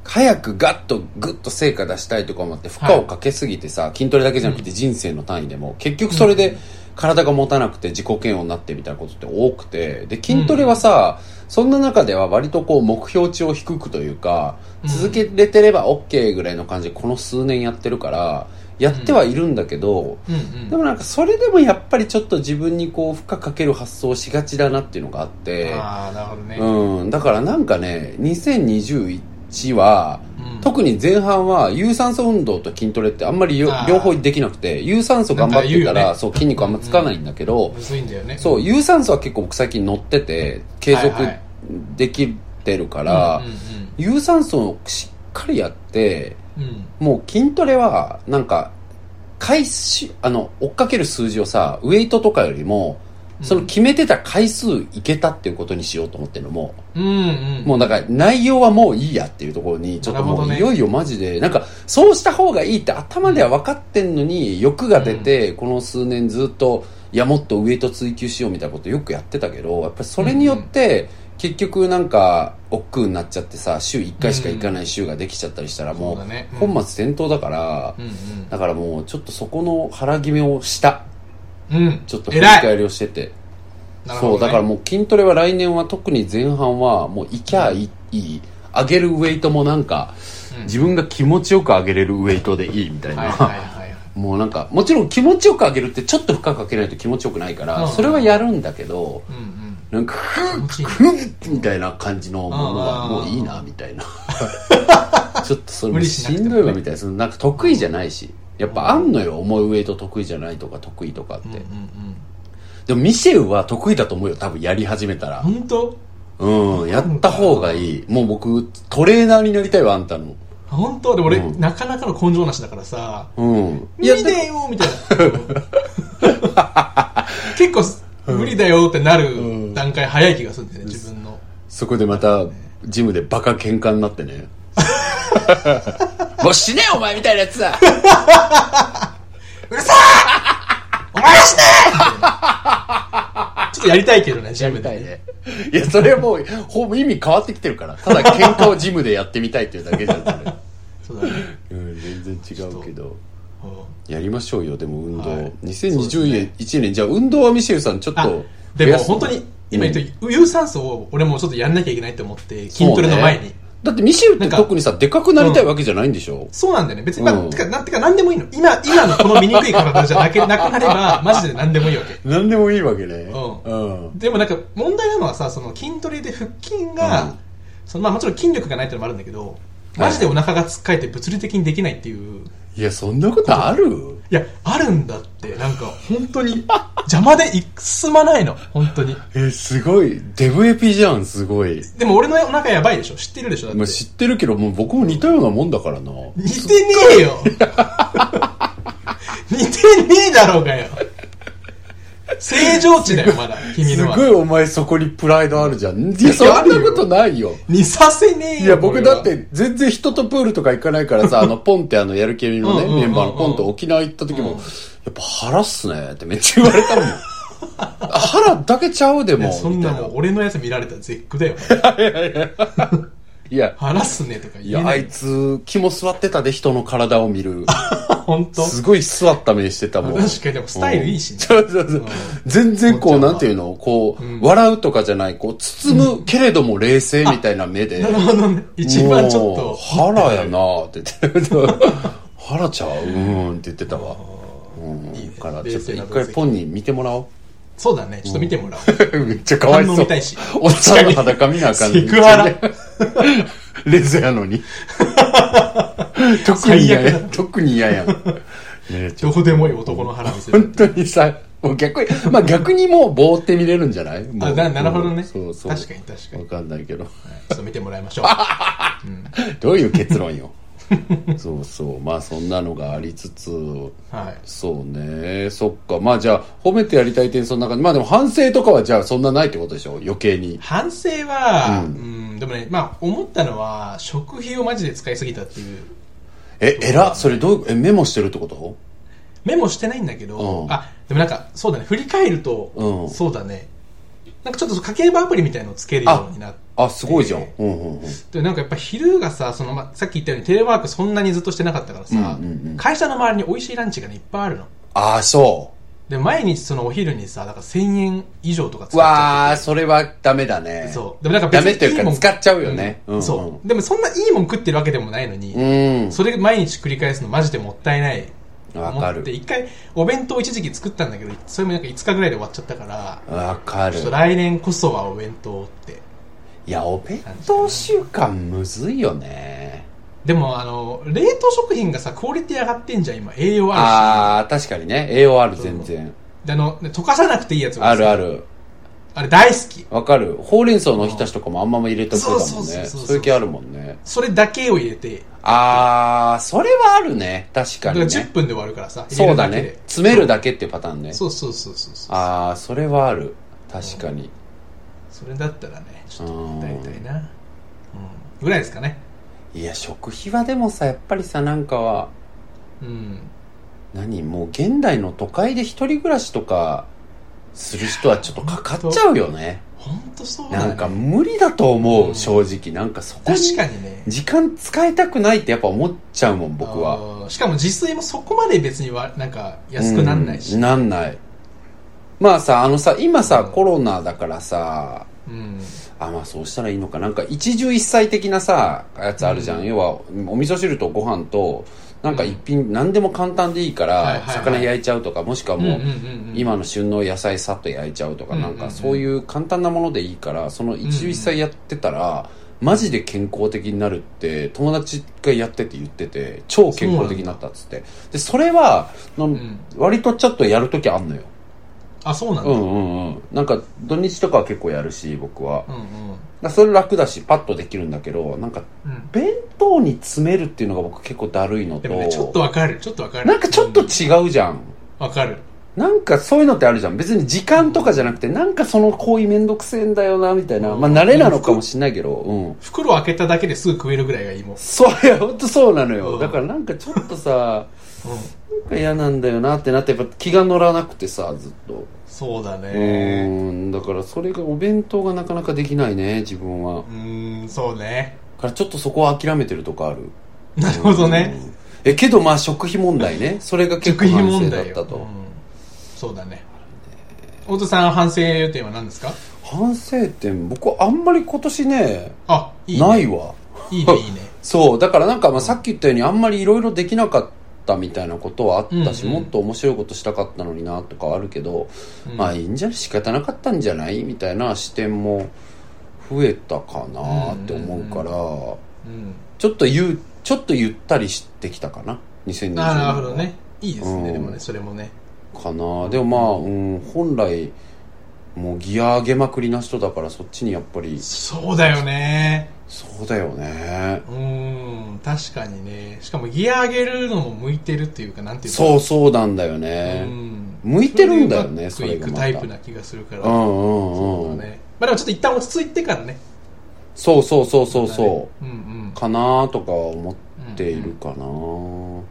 C: 早くガッとグッと成果出したいとか思って負荷をかけすぎてさ、筋トレだけじゃなくて人生の単位でも、結局それで体が持たなくて自己嫌悪になってみたいなことって多くてで筋トレはさ、そんな中では割とこう目標値を低くというか
B: うん
C: 続けれてれば OK ぐらいの感じでこの数年やってるからやってはいるんだけど、
B: うん
C: でもなんかそれでもやっぱりちょっと自分にこう負荷かける発想をしがちだなっていうのがあって。
B: うんああなるほどね
C: うん、だからなんかね、2021は、
B: うん
C: 特に前半は有酸素運動と筋トレってあんまりよ
B: あー
C: 両方できなくて、有酸素頑張ってた
B: なんか言う
C: ら、
B: よね
C: そう筋肉あんまつかないんだけど、
B: むずいんだよね
C: そう、有酸素は結構僕最近乗ってて、継続
B: はいはい
C: できてるから、
B: うん
C: 有酸素をしっかりやって、
B: うんうん
C: もう筋トレは、なんか、回数、あの、追っかける数字をさ、ウェイトとかよりも、その決めてた回数いけたっていうことにしようと思ってるのも、
B: うんうん
C: もうだから内容はもういいやっていうところに、ちょっと
B: なる
C: も
B: ほど
C: う
B: ね
C: いよいよマジで、なんかそうした方がいいって頭では分かってんのに欲が出て、この数年ずっと、いやもっとウエイト追求しようみたいなことよくやってたけど、やっぱりそれによって、結局なんか、億劫になっちゃってさ、週1回しか行かない週ができちゃったりしたらも
B: そうだね
C: う、
B: うん
C: 本末転倒だから、
B: うん
C: だからもうちょっとそこの腹決めをした。
B: うんうん
C: ちょっと振り
B: 偉い
C: 返りをしてて。
B: なるほど
C: そ
B: ね
C: う、だからもう筋トレは来年は特に前半はもういきゃいい、いい上げるウェイトもなんか、
B: うん
C: 自分が気持ちよく上げれるウェイトでいいみたいな。
B: はいはいはいはい
C: もうなんか、もちろん気持ちよく上げるってちょっと負荷かけないと気持ちよくないから、
B: うん
C: それはやるんだけど、
B: うんうん
C: なんか、ふっ、
B: 気持ち
C: ふっみたいな感じのものは
B: うん
C: もういいな、みたいな。ちょっとそれ
B: 無
C: も
B: 理しな
C: し
B: く
C: ん
B: てもね
C: どいわ、みたいな。そのなんか得意じゃないし。やっぱあんのよ、重いウェイト得意じゃないとか得意とかって。
B: うんうん
C: でもミシェウは得意だと思うよ、多分やり始めたら。
B: うん本当
C: うん、やった方がいい。もう僕、トレーナーになりたいわ、あんたの。
B: 本当で俺、
C: うん
B: なかなかの根性なしだからさ
C: うん。
B: 無理だよみたいな 結構無理だよってなる段階早い気がするんだよね自分の
C: そこでまた、ジムでバカ喧嘩になって ね。もう死ねよお前みたいなやつだ
B: うるさーお前はしねーちょっとやりたいけどねジムでね
C: いや、それはもう、ほぼ意味変わってきてるから。ただ喧嘩をジムでやってみたいっていうだけじゃん、 それ。
B: そうだね
C: うん、全然違うけど。
B: うん
C: やりましょうよ、でも運動。
B: はいそう
C: 2021
B: で
C: 年、じゃあ運動はミシェルさん、ちょっ
B: あ
C: と。
B: でも本当に今言った有酸素を俺もちょっとやんなきゃいけないと思って筋トレの前にそう,、
C: そうねだってミシェルっ
B: な
C: て
B: んか
C: 特にさ、でかくなりたいわけじゃないんでしょ
B: なんだよね別にまあ、
C: うん
B: てかなんてか何でもいいの今今のこの醜い体じゃなけなくなれ ばマジで何でもいいわけ
C: 何でもいいわけね。
B: う
C: うん。
B: でもなんか問題なのはさその筋トレで腹筋が、
C: うん
B: そのまあ、もちろん筋力がないってのもあるんだけどマジでお腹がつっかえて物理的にできないっていう
C: いや、そんなことある
B: いやあるんだってなんか本当に邪魔でい進まないの本当に
C: え、すごい。デブエピじゃん、すごい。
B: でも俺のお腹やばいでしょ知ってるでしょだって
C: まあ、知ってるけど、もう僕も似たようなもんだからな。
B: 似てねえ よ似てねえだろうがよ正常値だよまだ君
C: す
B: の
C: ごい
B: は
C: お前そこにプライドあるじゃん。いや、そんなことないよ。
B: 似させねえよ
C: いや、僕
B: 俺は
C: だって全然人とプールとか行かない からさ、あの、ポンってあの、やる気のね、
B: うんうんうんうん
C: メンバーのポンと沖縄行った時も、
B: うん
C: やっぱ腹っすねってめっちゃ言われた もん。腹だけちゃうで
B: い
C: も
B: や。そんなも
C: み
B: う俺のやつ見られたら絶句だよ
C: たいないや、
B: 腹すねとか
C: い
B: 言え
C: や、
B: な
C: あ
B: い
C: いつ、肝座ってたで人の体を見る。
B: 本当
C: すごい座った目してたもん。
B: 確かにでもスタイルいいしね
C: そうそうそう。全然こう、なんていうのこう、
B: うん
C: 笑うとかじゃない、こう、包むけれども冷静みたいな目で。
B: なるほどね一番ちょっ
C: もう
B: と
C: 腹やなぁって言って 腹ちゃううんって言ってたわ。うん。
B: いいね
C: から、ちょ
B: 冷
C: っと
B: 静
C: 一
B: な分析
C: 回ポンに見てもらおう。
B: そうだねちょっと見てもらおう
C: めっちゃかわい
B: 反応
C: そう
B: 見たいし。
C: おっさんの裸見なあかんのに
B: セクハラ。
C: レズやの に。特に嫌
B: 最
C: や
B: 悪。だ
C: 特に嫌やん。ねちょ
B: どこでもいい男の腹見せる
C: 本当にさ、もう逆に、まあ逆にもう棒って見れるんじゃないも
B: あ
C: う
B: ななるほどね
C: そうそう。
B: 確かに確かに
C: わかんないけど。
B: ちょっと見てもらいましょう
C: どういう結論 よ。そうそう。まあそんなのがありつつ、
B: はい
C: そうね。そっか。まあじゃあ、褒めてやりたい点そんな感じ。まあでも反省とかはじゃあそんなないってことでしょ余計に。
B: 反省は、
C: う
B: うんん、でもね、まあ、思ったのは、食費をマジで使いすぎたっていう。
C: え、えらそれどういう、え、メモしてるってこと
B: メモしてないんだけど、
C: うん
B: あ、でもなんか、そうだね、振り返ると、
C: うん
B: そうだね。なんかちょっと家計簿アプリみたいのをつけるようになって。
C: あ、すごいじゃん。
B: え
C: うんうんうん。
B: でなんかやっぱ昼がさその、まあ、さっき言ったようにテレワークそんなにずっとしてなかったからさ、
C: うんうんうん
B: 会社の周りに美味しいランチがねいっぱいあるの
C: ああ、そ
B: で毎日そのお昼にさだから1000円以上とか使
C: う。
B: っちゃ
C: わ
B: って
C: あ、それはダメだね。
B: てそうでもなんか別
C: ダメ
B: に
C: っていうか
B: もん
C: 使っちゃうよね
B: うん
C: うんうん
B: そうでもそんないいもん食ってるわけでもないのに、
C: うん。
B: それ毎日繰り返すのマジでもったいない
C: わかる
B: 思って一回お弁当一時期作ったんだけどそれもなんか5日ぐらいで終わっちゃったから
C: わか
B: ちょ
C: る
B: っと。来年こそはお弁当って
C: いや、お弁当習慣むずいよね。
B: でもあの冷凍食品がさクオリティ上がってんじゃん今栄養あるし
C: ああ、確かにね。栄養ある、全然。
B: であのね溶かさなくていいやつが
C: あ
B: さ
C: るある。
B: あれ大好き
C: わかる。ほうれん草のおひたしとかもあんま入れたそうだ
B: そ
C: も
B: うんそうそう
C: ね。
B: そう
C: そういう気あるもんね。
B: それだけを入れて
C: ああ、それはあるね。確か
B: だか
C: に
B: ら
C: ね。
B: 10分で終わるからさ入れ
C: そう
B: る
C: だ
B: だけ
C: ね
B: で。
C: 詰めるだけってパターンね。
B: そうそうそうそうそう
C: ああ、それはある。確かに。
B: それだったらねちょっともったいないな、うん、ぐらいですかね
C: いや、食費はでもさ、やっぱりさ、なんかは、
B: うん
C: 何もう現代の都会で一人暮らしとかする人はちょっとかかっちゃうよね。
B: 本当そうだね
C: なんか無理だと思
B: うん
C: う、正直。なんかそこに
B: 確かにね
C: 時間使いたくないってやっぱ思っちゃうもん、僕は。
B: あーしかも自炊もそこまで別にはなんか安くなんないし
C: うなんない。まあさ、あのさ、今さ、
B: うん
C: コロナだからさ、
B: うん
C: あ、まあそうしたらいいのか。なんか一汁一菜的なさ、やつあるじゃん。
B: う
C: 要は、お味噌汁とご飯と、なんか一品、何でも簡単でいいか
B: はいはい
C: ら
B: は、い
C: 魚焼いちゃうとか、もしくは
B: うんうん
C: もう、
B: うんうん
C: 今の旬の野菜さっと焼いちゃうとか、
B: うん
C: なんかそういう簡単なものでいいからその一汁一菜やってたら、マジで健康的になるって友達がやってて言ってて超健康的になったっつってでそれは、なん
B: ん
C: 割とちょっとやるときあんのよ
B: あそうなん
C: う
B: だ、
C: んうんうんなんか土日とかは結構やるし僕はだか
B: うんうん
C: らそれ楽だしパッとできるんだけどなんか
B: うん
C: 弁当に詰めるっていうのが僕結構だるいのと
B: でもねちょっとわかるちょっとわかる
C: なんかちょっと違うじゃん
B: わかる
C: なんかそういうのってあるじゃん。別に時間とかじゃなくて、なんかその行為めんどくせえんだよな、みたいな。まあ慣れなのかもしんないけど、うん。
B: 袋を開けただけですぐ食えるぐらいがいいもん、
C: そういや、ほんとそうなのよ。
B: うん
C: だからなんかちょっとさ、なんか嫌なんだよなってなって、やっぱ気が乗らなくてさ、ずっと。
B: そうだ
C: う
B: ね
C: ーん、だからそれがお弁当がなかなかできないね、自分は。だ
B: うーんそうね
C: からちょっとそこは諦めてるとこある。
B: なるほどね
C: うん。え、けどまあ食費問題ね。それが結
B: 食
C: 構
B: 費
C: 反省
B: 問
C: だっ
B: 題よ
C: たと。
B: うんそうだね太田さん反省点は何ですか
C: 反省点、僕あんまり今年ね、
B: あいいね
C: ないわ。
B: いいねいいね
C: そうだからなんかまあさっき言ったようにあんまりいろいろできなかったみたいなことはあったし、
B: うんうん
C: もっと面白いことしたかったのになとかはあるけど、
B: うん
C: まあいいん じゃない仕方なかったんじゃないみたいな視点も増えたかなって思うから、
B: うん
C: ちょっとゆちょっとゆったりしてきたかな2020年
B: あーな
C: は
B: るほどねいいですね、
C: うん
B: でもねそれもね
C: かなでもまあ、うん、本来もうギア上げまくりな人だからそっちにやっぱり
B: そうだよね
C: そうだよね
B: うーん確かにねしかもギア上げるのも向いてるっていうかなんていうか
C: そうそうなんだよ
B: う
C: ね、
B: ん
C: 向いてるんだよね
B: それでうまくいく
C: そ
B: タ
C: れ
B: イ
C: がまた
B: プな気がするから
C: うんうん
B: そう
C: うん
B: だねまあでもちょっと一旦落ち着いてからね
C: そうそうそうそうそ
B: うんうん
C: うかなーとかは思っているかなー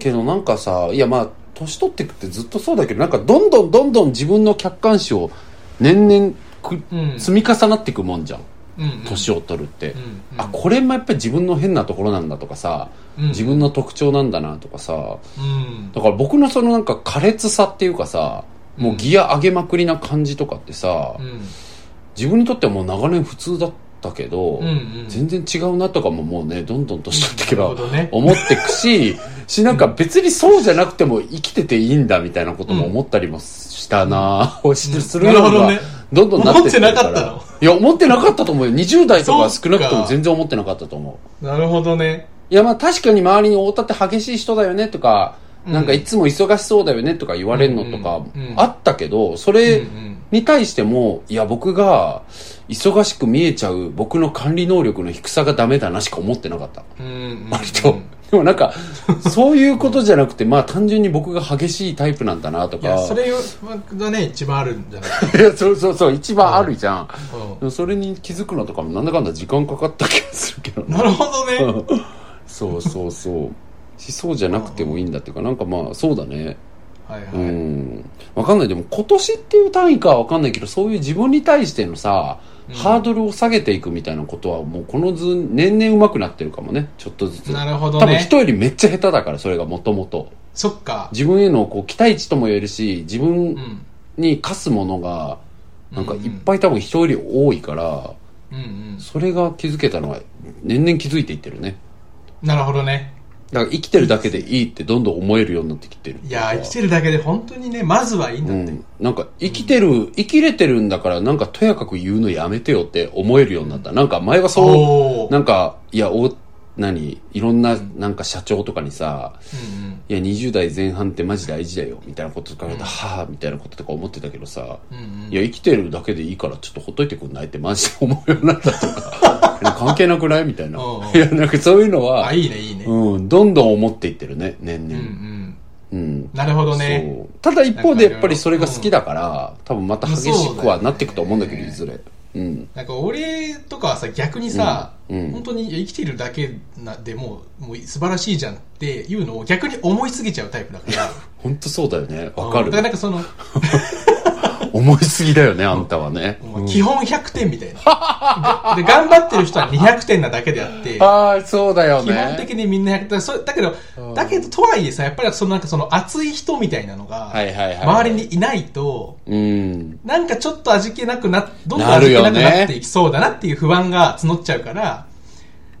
C: けどなんかさいやまあ年取ってくってずっとそうだけどなんかどんどんどんどん自分の客観視を年々く
B: うん
C: 積み重なっていくもんじゃん
B: うんうん
C: 年を取るって
B: うんうん
C: あこれもやっぱり自分の変なところなんだとかさ
B: うん
C: 自分の特徴なんだなとかさ
B: うん
C: だから僕のそのなんか苛烈さっていうかさもうギア上げまくりな感じとかってさ、
B: うん
C: 自分にとってはもう長年普通だったけど、
B: うんうん
C: 全然違うなとかももうねどんどん年取っていけば
B: なるほどね
C: 思ってくし、しなんか別にそうじゃなくても生きてていいんだみたいなことも思ったりもしたな、をし
B: うん
C: するよう
B: なるほど
C: な
B: ね
C: どんどんなってってるから
B: 思ってなかっ
C: いや思ってなかったと思うよ20代とか少なくと
B: そう
C: も
B: か
C: 全然思ってなかったと思う
B: なるほどね
C: いやまあ確かに周りに太田って激しい人だよねとか、
B: うん
C: なんかいつも忙しそうだよねとか言われるのとか
B: うんうんうん
C: あったけど、そうれ、
B: ん
C: に対しても、いや、僕が、忙しく見えちゃう僕の管理能力の低さがダメだなしか思ってなかった。
B: うんうんうんうん
C: 割とでもなんか、そういうことじゃなくて、まあ単純に僕が激しいタイプなんだなと
B: い
C: か。
B: やそれがね一番あるんじゃないか、
C: いやそうそうそう、一番あるじゃん。
B: う
C: でもそれに気づくのとかもなんだかんだ時間かかった気がするけど
B: ん、
C: ね。
B: なるほどね、
C: そうそうそう。しそうじゃなくてもいいんだっていうか、なんかまあそうだね。
B: はいはい、
C: うん。わかんない。でも今年っていう単位かはわかんないけど、そういう自分に対してのさ、ハードルを下げていくみたいなことはもうこの図年々上手くなってるかもね。ちょっとずつ。
B: なるほど
C: 多分
B: ね
C: 人よりめっちゃ下手だから、それがもともと。
B: そっか
C: 自分へのこう期待値とも言えるし、自
B: う
C: 分
B: ん
C: に課すものが、なんか
B: うんうん
C: いっぱい多分人より多いから、
B: うんうん
C: それが気づけたのは年々気づいていってるね。
B: なるほどね
C: だから生きてるだけでいいってどんどん思えるようになってきてる。
B: いやー生き
C: て
B: てるだけで本当にねまずはいいんだ
C: う
B: って、
C: ん。なんか生きてる、生きれてるんだからなんかとやかく言うのやめてよって思えるようになった。なんか前はそう、
B: おお
C: なんか、いや、お、何いろんな、なんか社長とかにさ、
B: うんうん
C: いや、20代前半ってマジ大事だよ、みたいなこととか言われた、はぁ、みたいなこととか思ってたけどさ、
B: うん
C: いや、生きてるだけでいいから、ちょっとほっといてくんないってマジで思うようになったとか、 関係なくないみたいな。
B: うんうん
C: いや、なんかそういうの
B: うん、あ
C: は、
B: いいねいいね、
C: うん、どんどん思っていってるね、年
B: うんう
C: 々。
B: ん
C: うん。
B: なるほどね
C: そうただ一方でやっぱりそれが好きだから、多分また激しくはなっていくと思うんだけど、
B: うん
C: い
B: そ
C: ずれ。うん。
B: なんか俺とかはさ逆に
C: う
B: さ、
C: んうん
B: 本当にいや生きてるだけなでもうもう素晴らしいじゃんっていうのを逆に思いすぎちゃうタイプだから
C: ほんとそうだよね。 わか
B: うん
C: る
B: だから。なんか その、
C: 思いすぎだよね、あんたはね。
B: もう基本100点みたいなでで頑張ってる人は200点なだけであって
C: ああ、そうだよね。
B: 基本的にみんな100点だそだけど
C: うん
B: だけどとはいえさやっぱりそのなんかその熱い人みたいなのが
C: はいはいはい
B: 周りにいないと
C: うん。
B: なんかちょっと味気なくなどんどん
C: なる
B: 味気
C: よね
B: なくなっていきそうだなっていう不安が募っちゃうからなんか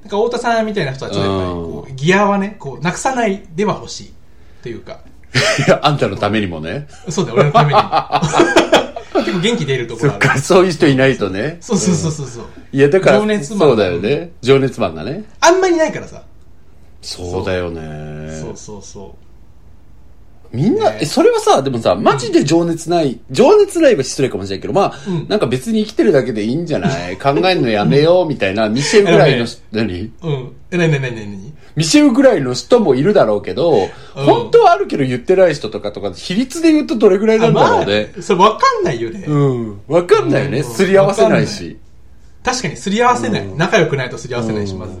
B: 太田さんみたいな人はちょっとやっぱりこうギアはねこうなくさないでは欲しいというか
C: いや、あんたのためにもね。
B: そうだよ俺のためにも 結構元気出るとこ
C: そ
B: ろあ
C: っ
B: る
C: か、そういう人いないとね。
B: そうそうそうそうそう
C: いや、だから、
B: 情熱マン
C: そうだよね。情熱マンがね。
B: あんまりないからさ
C: そうだよね。
B: そうそうそ
C: みんな、
B: ね
C: えそれはさ、でもさ、マジで情熱ない、情熱ないは失礼かもしれないけど、まあ、
B: うん
C: なんか別に生きてるだけでいいんじゃない 考えるのやめよう、みたいな、ミシェウぐらいの人、何
B: う。うん。え、なになになになに
C: ミシェウぐらいの人もいるだろうけど、
B: うん
C: 本当はあるけど言ってない人とかとか、比率で言うとどれぐらいなんだろうね。
B: あそれわかんないよね。
C: うん。わかんないよね。
B: うん
C: すり合わせないし。
B: 確かにすり合わせない。仲良くないとすり合わせないし、まず。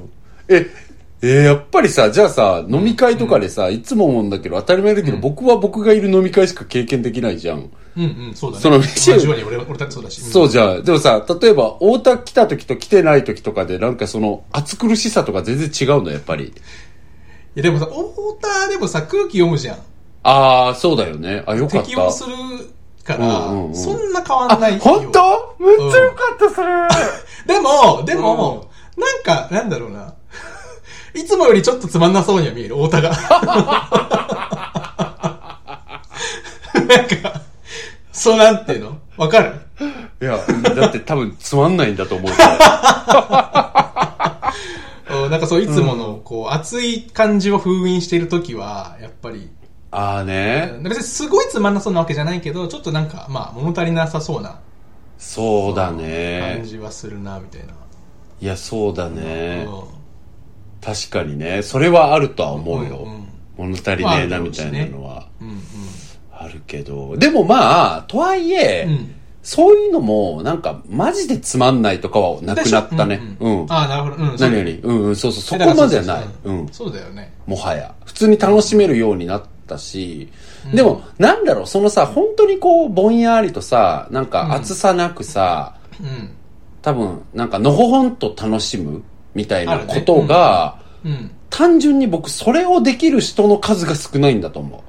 C: え、えーやっぱりさ、じゃあさ、飲み会とかでさ、いつも思うんだけど、当たり前だけど、僕は僕がいる飲み会しか経験できないじゃん。
B: うんうん、そうだね。
C: その
B: 同じように俺、俺だってそうだし。
C: そううじゃん。でもさ、例えば、太田来た時と来てない時とかで、なんかその、暑苦しさとか全然違うの、やっぱり。
B: ん。いや、でもさ、太田でもさ、空気読むじゃん。
C: ああ、そうだよね。あ、よかった。
B: 適応するから、
C: うんうんうん
B: そんな変わんないよ。
C: 本当めっちゃよかった、それ。
B: でも、でも、なんか、なんだろうな。 いつもよりちょっとつまんなそうには見える、太田 が。なんか、そうなんていうのわかる
C: いや、だって多分つまんないんだと思う から。
B: うんなんかそう、いつもの、こう、熱い感じを封印しているときは、やっぱり、
C: ああね。
B: 別にすごいつまんなそうなわけじゃないけど、ちょっとなんか、まあ、物足りなさそうな
C: そうだ
B: 感
C: ね。
B: じはするな、みたいな。
C: いや、そうだね。
B: う
C: 確かにね。それはあるとは思うよ。
B: うんうん
C: 物足り
B: まああ
C: ねえ
B: る
C: な、
B: だろう
C: み
B: したね
C: いなのは。
B: ん。うん
C: あるけど。でもまあ、とはいえ、
B: うん。うん。
C: そういうのも、なんか、マジでつまんないとかはなくなったね。
B: う
C: うんん。
B: うん。ああ、なるほど。うん。そう
C: 何より。うんうん、そうそう。
B: えだ
C: そ
B: か
C: こ
B: ら
C: まではない。。
B: そううんそうだよね。
C: もはや。普通に楽しめるようになったし、でも、なんだろう、そのさ、本当にこう、ぼんやりとさ、なんか、暑さなくさ、
B: うん。
C: 多分、なんか、のほほんと楽しむみたい
B: あ
C: な
B: るね
C: ことが、
B: うん。
C: 単純に僕、それをできる人の数が少ないんだと思う。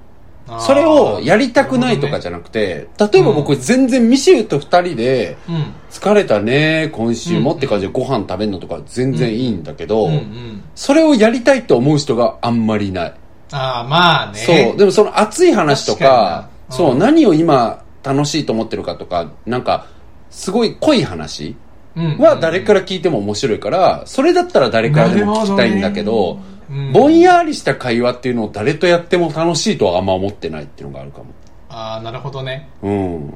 B: あー
C: それをやりたくないとかじゃなくて、例えば僕全然ミシューと二人で、
B: うん。
C: 疲れたね、今週も
B: うん
C: って感じでご飯食べるのとか全然いいんだけど、
B: うんうん。
C: それをやりたいと思う人があんまりいない。
B: ああ、まあね。
C: そう。でもその熱い話と
B: 確
C: か
B: か、にな
C: そうう、
B: ん
C: 何を今楽しいと思ってるかとか、なんか、すごい濃い話
B: うん。
C: は誰から聞いても面白いから、それだったら誰からでも聞きたいんだけど、
B: うん
C: ぼんやりした会話っていうのを誰とやっても楽しいとはあんま思ってないっていうのがあるかも。
B: ああ、なるほどね。
C: うん。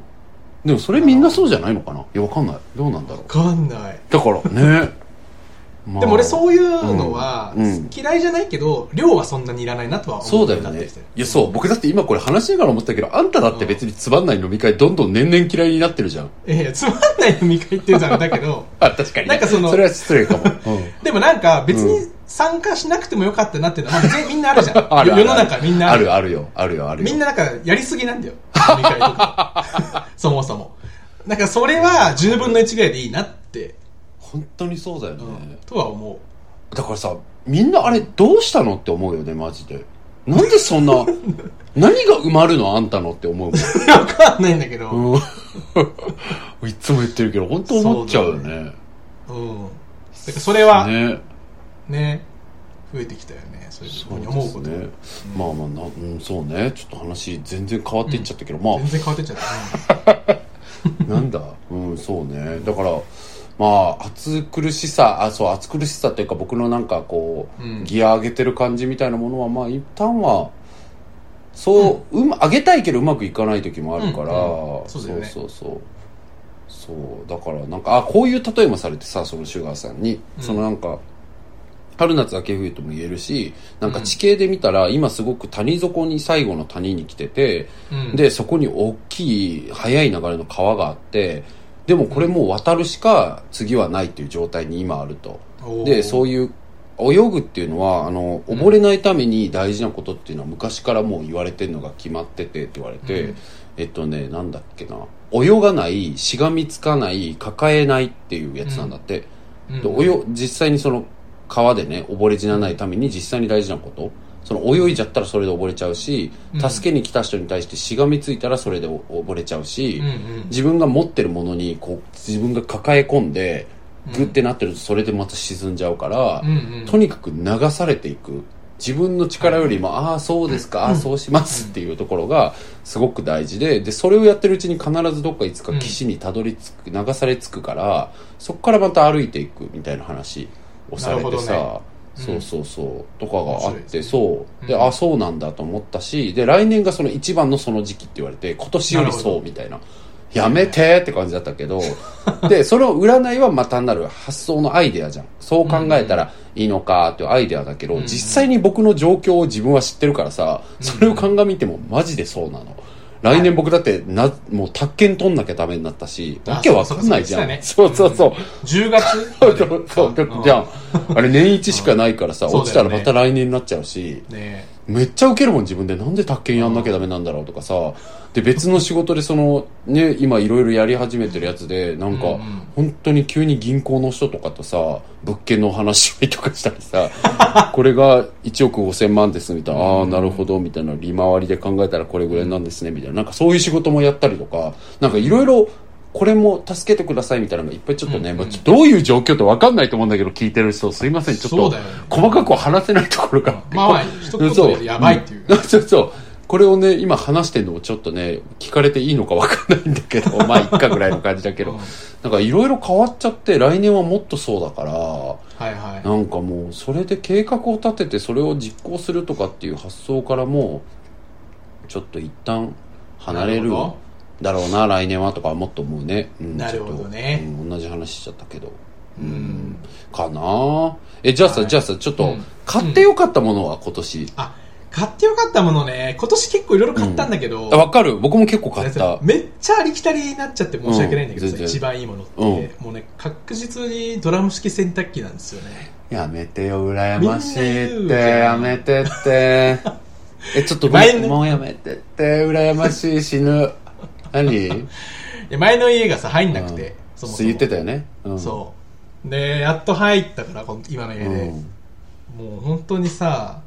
C: でもそれみんなそうじゃないのかないや、わかんない。どうなんだろう
B: わ。かんない。
C: だからね。まあ
B: でも俺そういうのは
C: うんうん
B: 嫌いじゃないけど、量はそんなにいらないなとは思
C: そうだよ
B: ようになっ
C: ね
B: てきてる。
C: いや、そう。僕だって今これ話しながら思ったけど、あんただって別につまんない飲み会どんどん年々嫌いになってるじゃん。
B: いやいやつまんない飲み会っていうのはあれだけど
C: あ、確かに、ね。
B: なんかその
C: れは失礼かも。
B: でもなんか別に参加しなくてもよかったなっていうのは、まあ、全みんなあるじゃん
C: あるある
B: 世の中みんな
C: あるあるよ。あるよ、あるよ。
B: みんななんかやりすぎなんだよ飲み会と かそもそもなんかそれは10分の1ぐらいでいいなって、
C: 本当にそうだよね。
B: うん、とは思う
C: だからさ、みんなあれどうしたのって思うよね、マジで。なんでそん な、何が埋まるのあんたのって思う
B: わかんないんだけど、
C: もん。うんいつも言ってるけど、本当思っちゃうよ
B: そうだ
C: ね。
B: うん。だからそれはね、
C: ね。
B: 増えてきたよね。そういうふ
C: そうう
B: に
C: で
B: 思う
C: す
B: こと。
C: ね。まあまあな、うん、そうね。ちょっと話全然変わっていっちゃったけど、まあ
B: 全、然変わってっちゃった。
C: なんだ うんそうねだからまあ暑苦しさあそう暑苦しさっていうか僕のなんかこう、
B: うん
C: ギア上げてる感じみたいなものはまあ一旦はそう、うま上げたいけどうまくいかない時もあるから、
B: うんうんそうだよね
C: そうそうそうそうだからなんかあこういう例えもされてさそのシュガーさんに、
B: うん
C: そのなんか春夏秋冬とも言えるしなんか地形で見たら、今すごく谷底に最後の谷に来てて、
B: うん。
C: で、そこに大きい、速い流れの川があって、でもこれもう渡るしか次はないという状態に今あると。で、そう
B: い
C: いう、泳ぐっていうのは、あの、
B: ん
C: 溺れないために大事なことっていうのは昔からもう言われてるのが決まっててって言われて、
B: うん
C: えっとね、なんだっけな。泳がない、しがみつかない、抱えないっていうやつなんだって。
B: うん、
C: で泳実際にその川でね溺れ死なないために実際に大事なことその泳いじゃったらそれで溺れちゃうし
B: うん
C: 助けに来た人に対してしがみついたらそれでお溺れちゃうし
B: うんうん
C: 自分が持ってるものにこう自分が抱え込んで
B: うん
C: グッてなってるとそれでまた沈んじゃうから
B: うんうん
C: とにかく流されていく自分の力よりもああそうですかああそうしますっていうところがすごく大事ででそれをやってるうちに必ずどっかいつか岸にたどり着く流され着くからそこからまた歩いていくみたいな話をされて
B: なる
C: さ、
B: どね
C: そうそうそうとかがあっ
B: 面白いです
C: て、
B: ね
C: そうで、
B: うん
C: あそうなんだと思ったしで来年がその一番のその時期って言われて今年より
B: なる
C: そ
B: ほ
C: うみたいな。やめてって感じだったけどでその占いはまあ単なる発想のアイデアじゃんそう考えたらいいのかというアイデアだけど、
B: うんうん
C: 実際に僕の状況を自分は知ってるからさそれを鑑みてもマジでそうなの来年僕だってなもう宅建取んなきゃダメになったし
B: あ
C: わけわかんないじゃん
B: そ
C: そううそうそう
B: 10月
C: そうそうそうじゃんあれ年一しかないからさ
B: うん
C: 落ちたら
B: そうだよ
C: また
B: ね
C: 来年になっちゃうし
B: ね
C: めっちゃウケるもん自分でなんで宅建やんなきゃダメなんだろうとかさで別の仕事でそのね今いろいろやり始めてるやつでなんか
B: うんうん
C: 本当に急に銀行の人とかとさ物件のお話し合いとかしたりさ これが1億5000万ですみたいなああなるほどみたいな利回りで考えたらこれぐらいなんですねみたいななんかそういう仕事もやったりとかなんかいろいろこれも助けてくださいみたいなのがいっぱいちょっとね、
B: うんうん
C: まあちょどういう状況ってわかんないと思うんだけど聞いてる人すいませんちょっ
B: そう
C: と
B: だよね
C: 細かくは話せないところが
B: まあまあ一言でやばいっていう
C: そんそうそうこれをね今話してるのもちょっとね聞かれていいのかわかんないんだけどまあいっかぐらいの感じだけど、
B: うん
C: なんかいろいろ変わっちゃって来年はもっとそうだから
B: はいはい
C: なんかもうそれで計画を立ててそれを実行するとかっていう発想からもうちょっと一旦離れ
B: なる
C: る
B: ほど
C: だろうな来年はとかもっと思うね、うん
B: なるほどね
C: ちょっとうん同じ話しちゃったけど
B: うん
C: かなえじゃあさ、
B: はい
C: じゃあさちょっと、
B: うん
C: 買ってよかったものは今年、
B: あ買ってよかったものね今年結構いろいろ買ったんだけど、
C: あわかる僕も結構買った
B: めっちゃありきたりになっちゃって申し訳ないんだけどさ、
C: うん全然
B: 一番いいものって、
C: う
B: もうね確実にドラム式洗濯機なんですよね
C: やめてよ羨ましい
B: みん
C: っ
B: な
C: て
B: 言う
C: やめてって えちょっとごめんもうやめてって羨ましい死ぬ 何
B: いや前の家がさ入んなくて、
C: うん
B: そも
C: そ
B: そうも
C: 言ってたよね、うん、
B: そうでやっと入ったからこの今の家で、
C: うん
B: もう本当にさ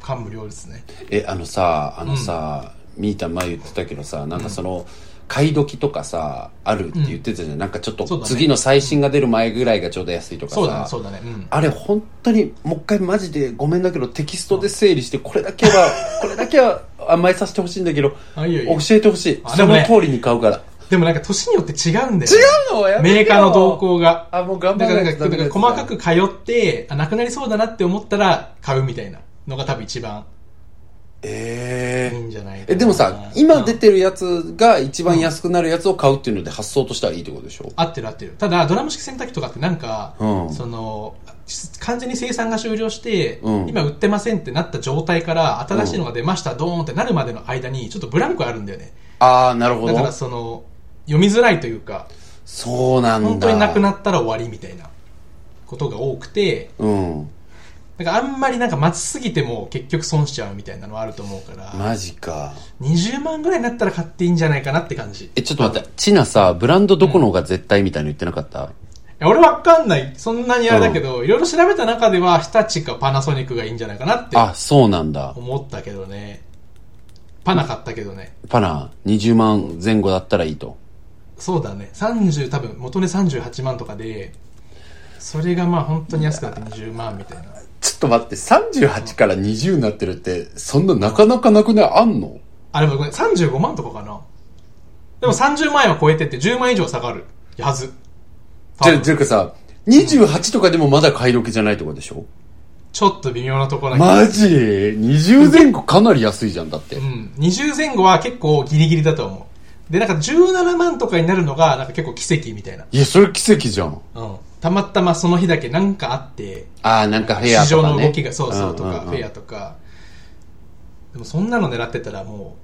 B: 感無量ですね
C: えあのさあのさ、みーたん前言ってたけどさなんかその、買い時とかさあるって言ってたじゃん、なんかちょっ
B: そ
C: と
B: うだね
C: 次の最新が出る前ぐらいがちょうど安いとか
B: そうだ
C: さ
B: ねそうだねうん
C: あれ本当にもう一回マジでごめんだけどテキストで整理してこれだけはこれだけは甘えさせてほしいんだけど
B: あいいよいいよ
C: 教えてほしい
B: あ
C: そ
B: でも
C: の
B: ね
C: 通りに買うから
B: でもなんか年によって違うんだよね、
C: うのや
B: メーカーの動向が
C: あもう頑張
B: だから
C: らな
B: な
C: んい
B: か
C: とダメな
B: だ
C: や
B: か
C: つ
B: ら
C: だ
B: 細かく通ってあなくなりそうだなって思ったら買うみたいなのが多分一番
C: え
B: いい
C: え
B: んじゃないかな
C: え、でもさ、今出
B: うん
C: てるやつが一番安くなるやつを買うっていうので発想としてはいいってことでしょ
B: 合ってる合ってるただドラム式洗濯機とかってなんか、
C: うん
B: その完全に生産が終了して、
C: うん
B: 今売ってませんってなった状態から新しいのが出ました、ドーンってなるまでの間にちょっとブランクあるんだよね
C: ああ、なるほ
B: だから
C: ど。
B: その読みづらいというか
C: そうなんだ。
B: 本当になくな
C: っ
B: ったら終わりみたいなことが多くて
C: うん。
B: だからあんまりなんか待ちすぎても結局損しちゃうみたいなのはあると思うから、
C: マジか。
B: 20万ぐらいになったら買っていいんじゃないかなって感じい
C: え、ちょっと待って、チナさ、ブランドどこのが絶対みたいに言ってなかった、
B: や俺わかんないそんなにあれだけどいろいろ調べた中では日立かパナソニックがいいんじゃないかなって
C: あ、そうなんだ。
B: 思ったけどねパナ買ったけどね
C: パナ、20万前後だったらいいと。
B: そうだね30多分元値38万とかでそれがまあ本当に安くなって20万みたいな
C: ちょっと待って、38から20になってるって、そんななかなかなくないあんの
B: あれもごめん35万とかかなでも30万円は超えてって10万以上下がるはず
C: じゃ、
B: 多分
C: じゃかさ、28とかでもまだ買い時じゃないってことでしょ
B: ちょっと微妙なところだけど
C: マジ ?20 前後かなり安いじゃん、だって
B: う。ん20前後は結構ギリギリだと思うでなんか17万とかになるのがなんか結構奇跡みたいな、
C: いや、それ奇跡じゃん。
B: うん、たまたまその日だけなんかあって
C: あー、なんかフェア
B: 市
C: と
B: 場
C: か、ね。
B: の動きがそうそうと
C: んん
B: か
C: ん
B: フェアとかでもそんなの狙ってたらも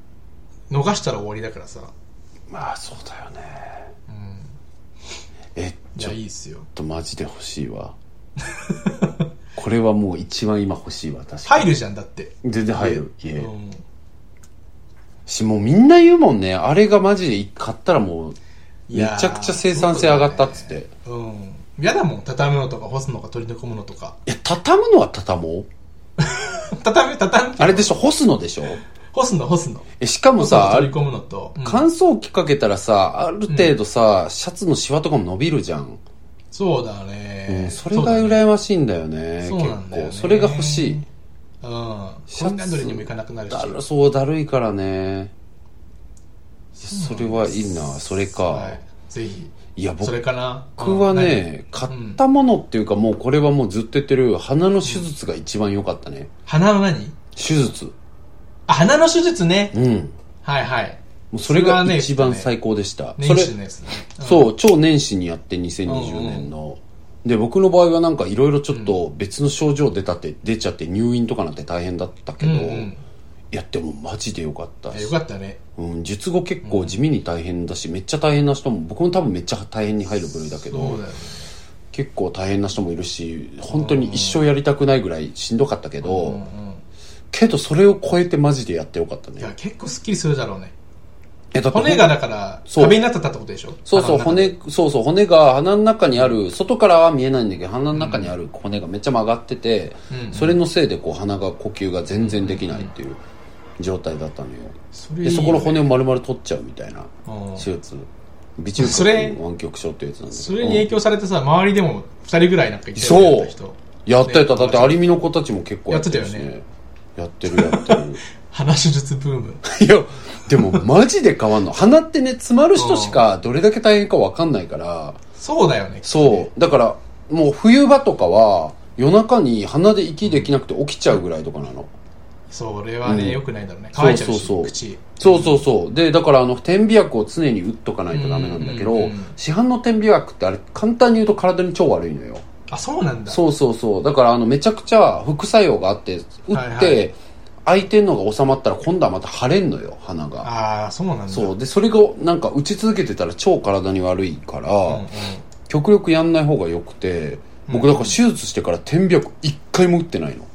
B: う逃したら終わりだからさ
C: まあ、そうだよね。え、
B: じ
C: ち
B: ゃ
C: ょ
B: あ
C: っ
B: いいっすよ
C: とマジで欲しいわ。 これはもう一番今欲しいわ、確かに。
B: 入るじゃんだって
C: 全然入る。家。
B: うん
C: し、もうみんな言うもんね。あれがマジで買ったらもう、めちゃくちゃ生産性上がったっつって。
B: うん嫌だもん畳むのとか干すのとか取り込むのとか
C: いや、畳むのは畳もう
B: 畳む畳む
C: あれでしょ干すのでしょ
B: 干すの干すの
C: え、しかもさ、あ
B: 取
C: れ
B: り込むのと、うん
C: 乾燥機かけたらさ、ある程度さ、シャツのシワとかも伸びるじゃん。
B: そうだ
C: う
B: ね
C: ん、それが羨ましいんだよね。
B: そうなんだよね
C: 結構。それが欲しい。
B: そうだねうん
C: シ
B: コインラ
C: ャ
B: ンドリ
C: ツ
B: ーにも行かなくなるし
C: だるそう、だるいからね。それはいいな、それか。
B: はいぜひ
C: いや、
B: そ
C: 僕
B: れかな
C: 僕は
B: うん
C: ね、買
B: 何
C: ったものっていうか、もうこれはもうずっと言ってる、鼻の手術が一番良かったね。
B: 鼻の何
C: 手術。
B: あ鼻の手術ね
C: うん。
B: はいはい
C: もうそれが一番最高でした。それ、
B: 年始のやつね
C: そう、超年始にやって2020年の。で、僕の場合はなんかいろいろちょっと別の症状出たって、出ちゃって入院とかなって大変だったけど、
B: うんうん
C: いや、でもマジでよかった
B: え
C: し
B: よかったね
C: うん、術後結構地味に大変だし、めっちゃ大変な人も、僕も多分めっちゃ大変に入る部類だけど、
B: そうだよね
C: 結構大変な人もいるし本当に一生やりたくないぐらいしんどかったけど、
B: うんうん
C: けどそれを超えてマジでやってよかった
B: いや
C: ね
B: 結構すっきりするだろうね
C: えだって
B: 骨がだから
C: そう
B: 壁になってたってことでしょ
C: そうそう
B: 鼻の中で
C: 骨そうそう骨が鼻の中にある外からは見えないんだけど鼻の中にある骨がめっちゃ曲がってて、
B: うんうん
C: それのせいでこう鼻が呼吸が全然できないっていう状態だったのよ
B: それ
C: で
B: いいよね
C: そこの骨を丸々取っちゃうみたいな
B: うん
C: 手術微中
B: それ
C: 隔湾曲症ってやつなんだけど
B: それに影響されてさ周りでも2人ぐらいなんかいたよねやった人
C: やったやっただってアリミの子たちも結構やってるし、ね、
B: やって
C: やってるやって る
B: 鼻手術ブーム
C: いや、でもマジで変わんの。鼻ってね、詰まる人しかどれだけ大変かわかんないから、
B: そうだよね
C: そう。だから、もう冬場とかは、夜中に鼻で息できなくて起きちゃうぐらいとかなの。
B: それは
C: うん
B: ね良くないだろうね乾いちゃう
C: そうそうそう
B: し口
C: そうそうそう。で、だからあの、点鼻薬を常に打っとかないとダメなんだけ
B: うんうん
C: ど
B: うんうん、
C: 市販の点鼻薬ってあれ、簡単に言うと体に超悪いのよ。
B: あそうなんだ
C: そうそうそう。だからあの、めちゃくちゃ副作用があって、打
B: はい
C: っ
B: は
C: て、開いてんのが収まったら今度はまた腫れんのよ、鼻が。
B: ああそうなんだ
C: そう。で、それが、なんか、打ち続けてたら超体に悪いから、
B: うんうん
C: 極力やんない方が良くて、僕、だから手術してから点鼻薬一回も打ってないの。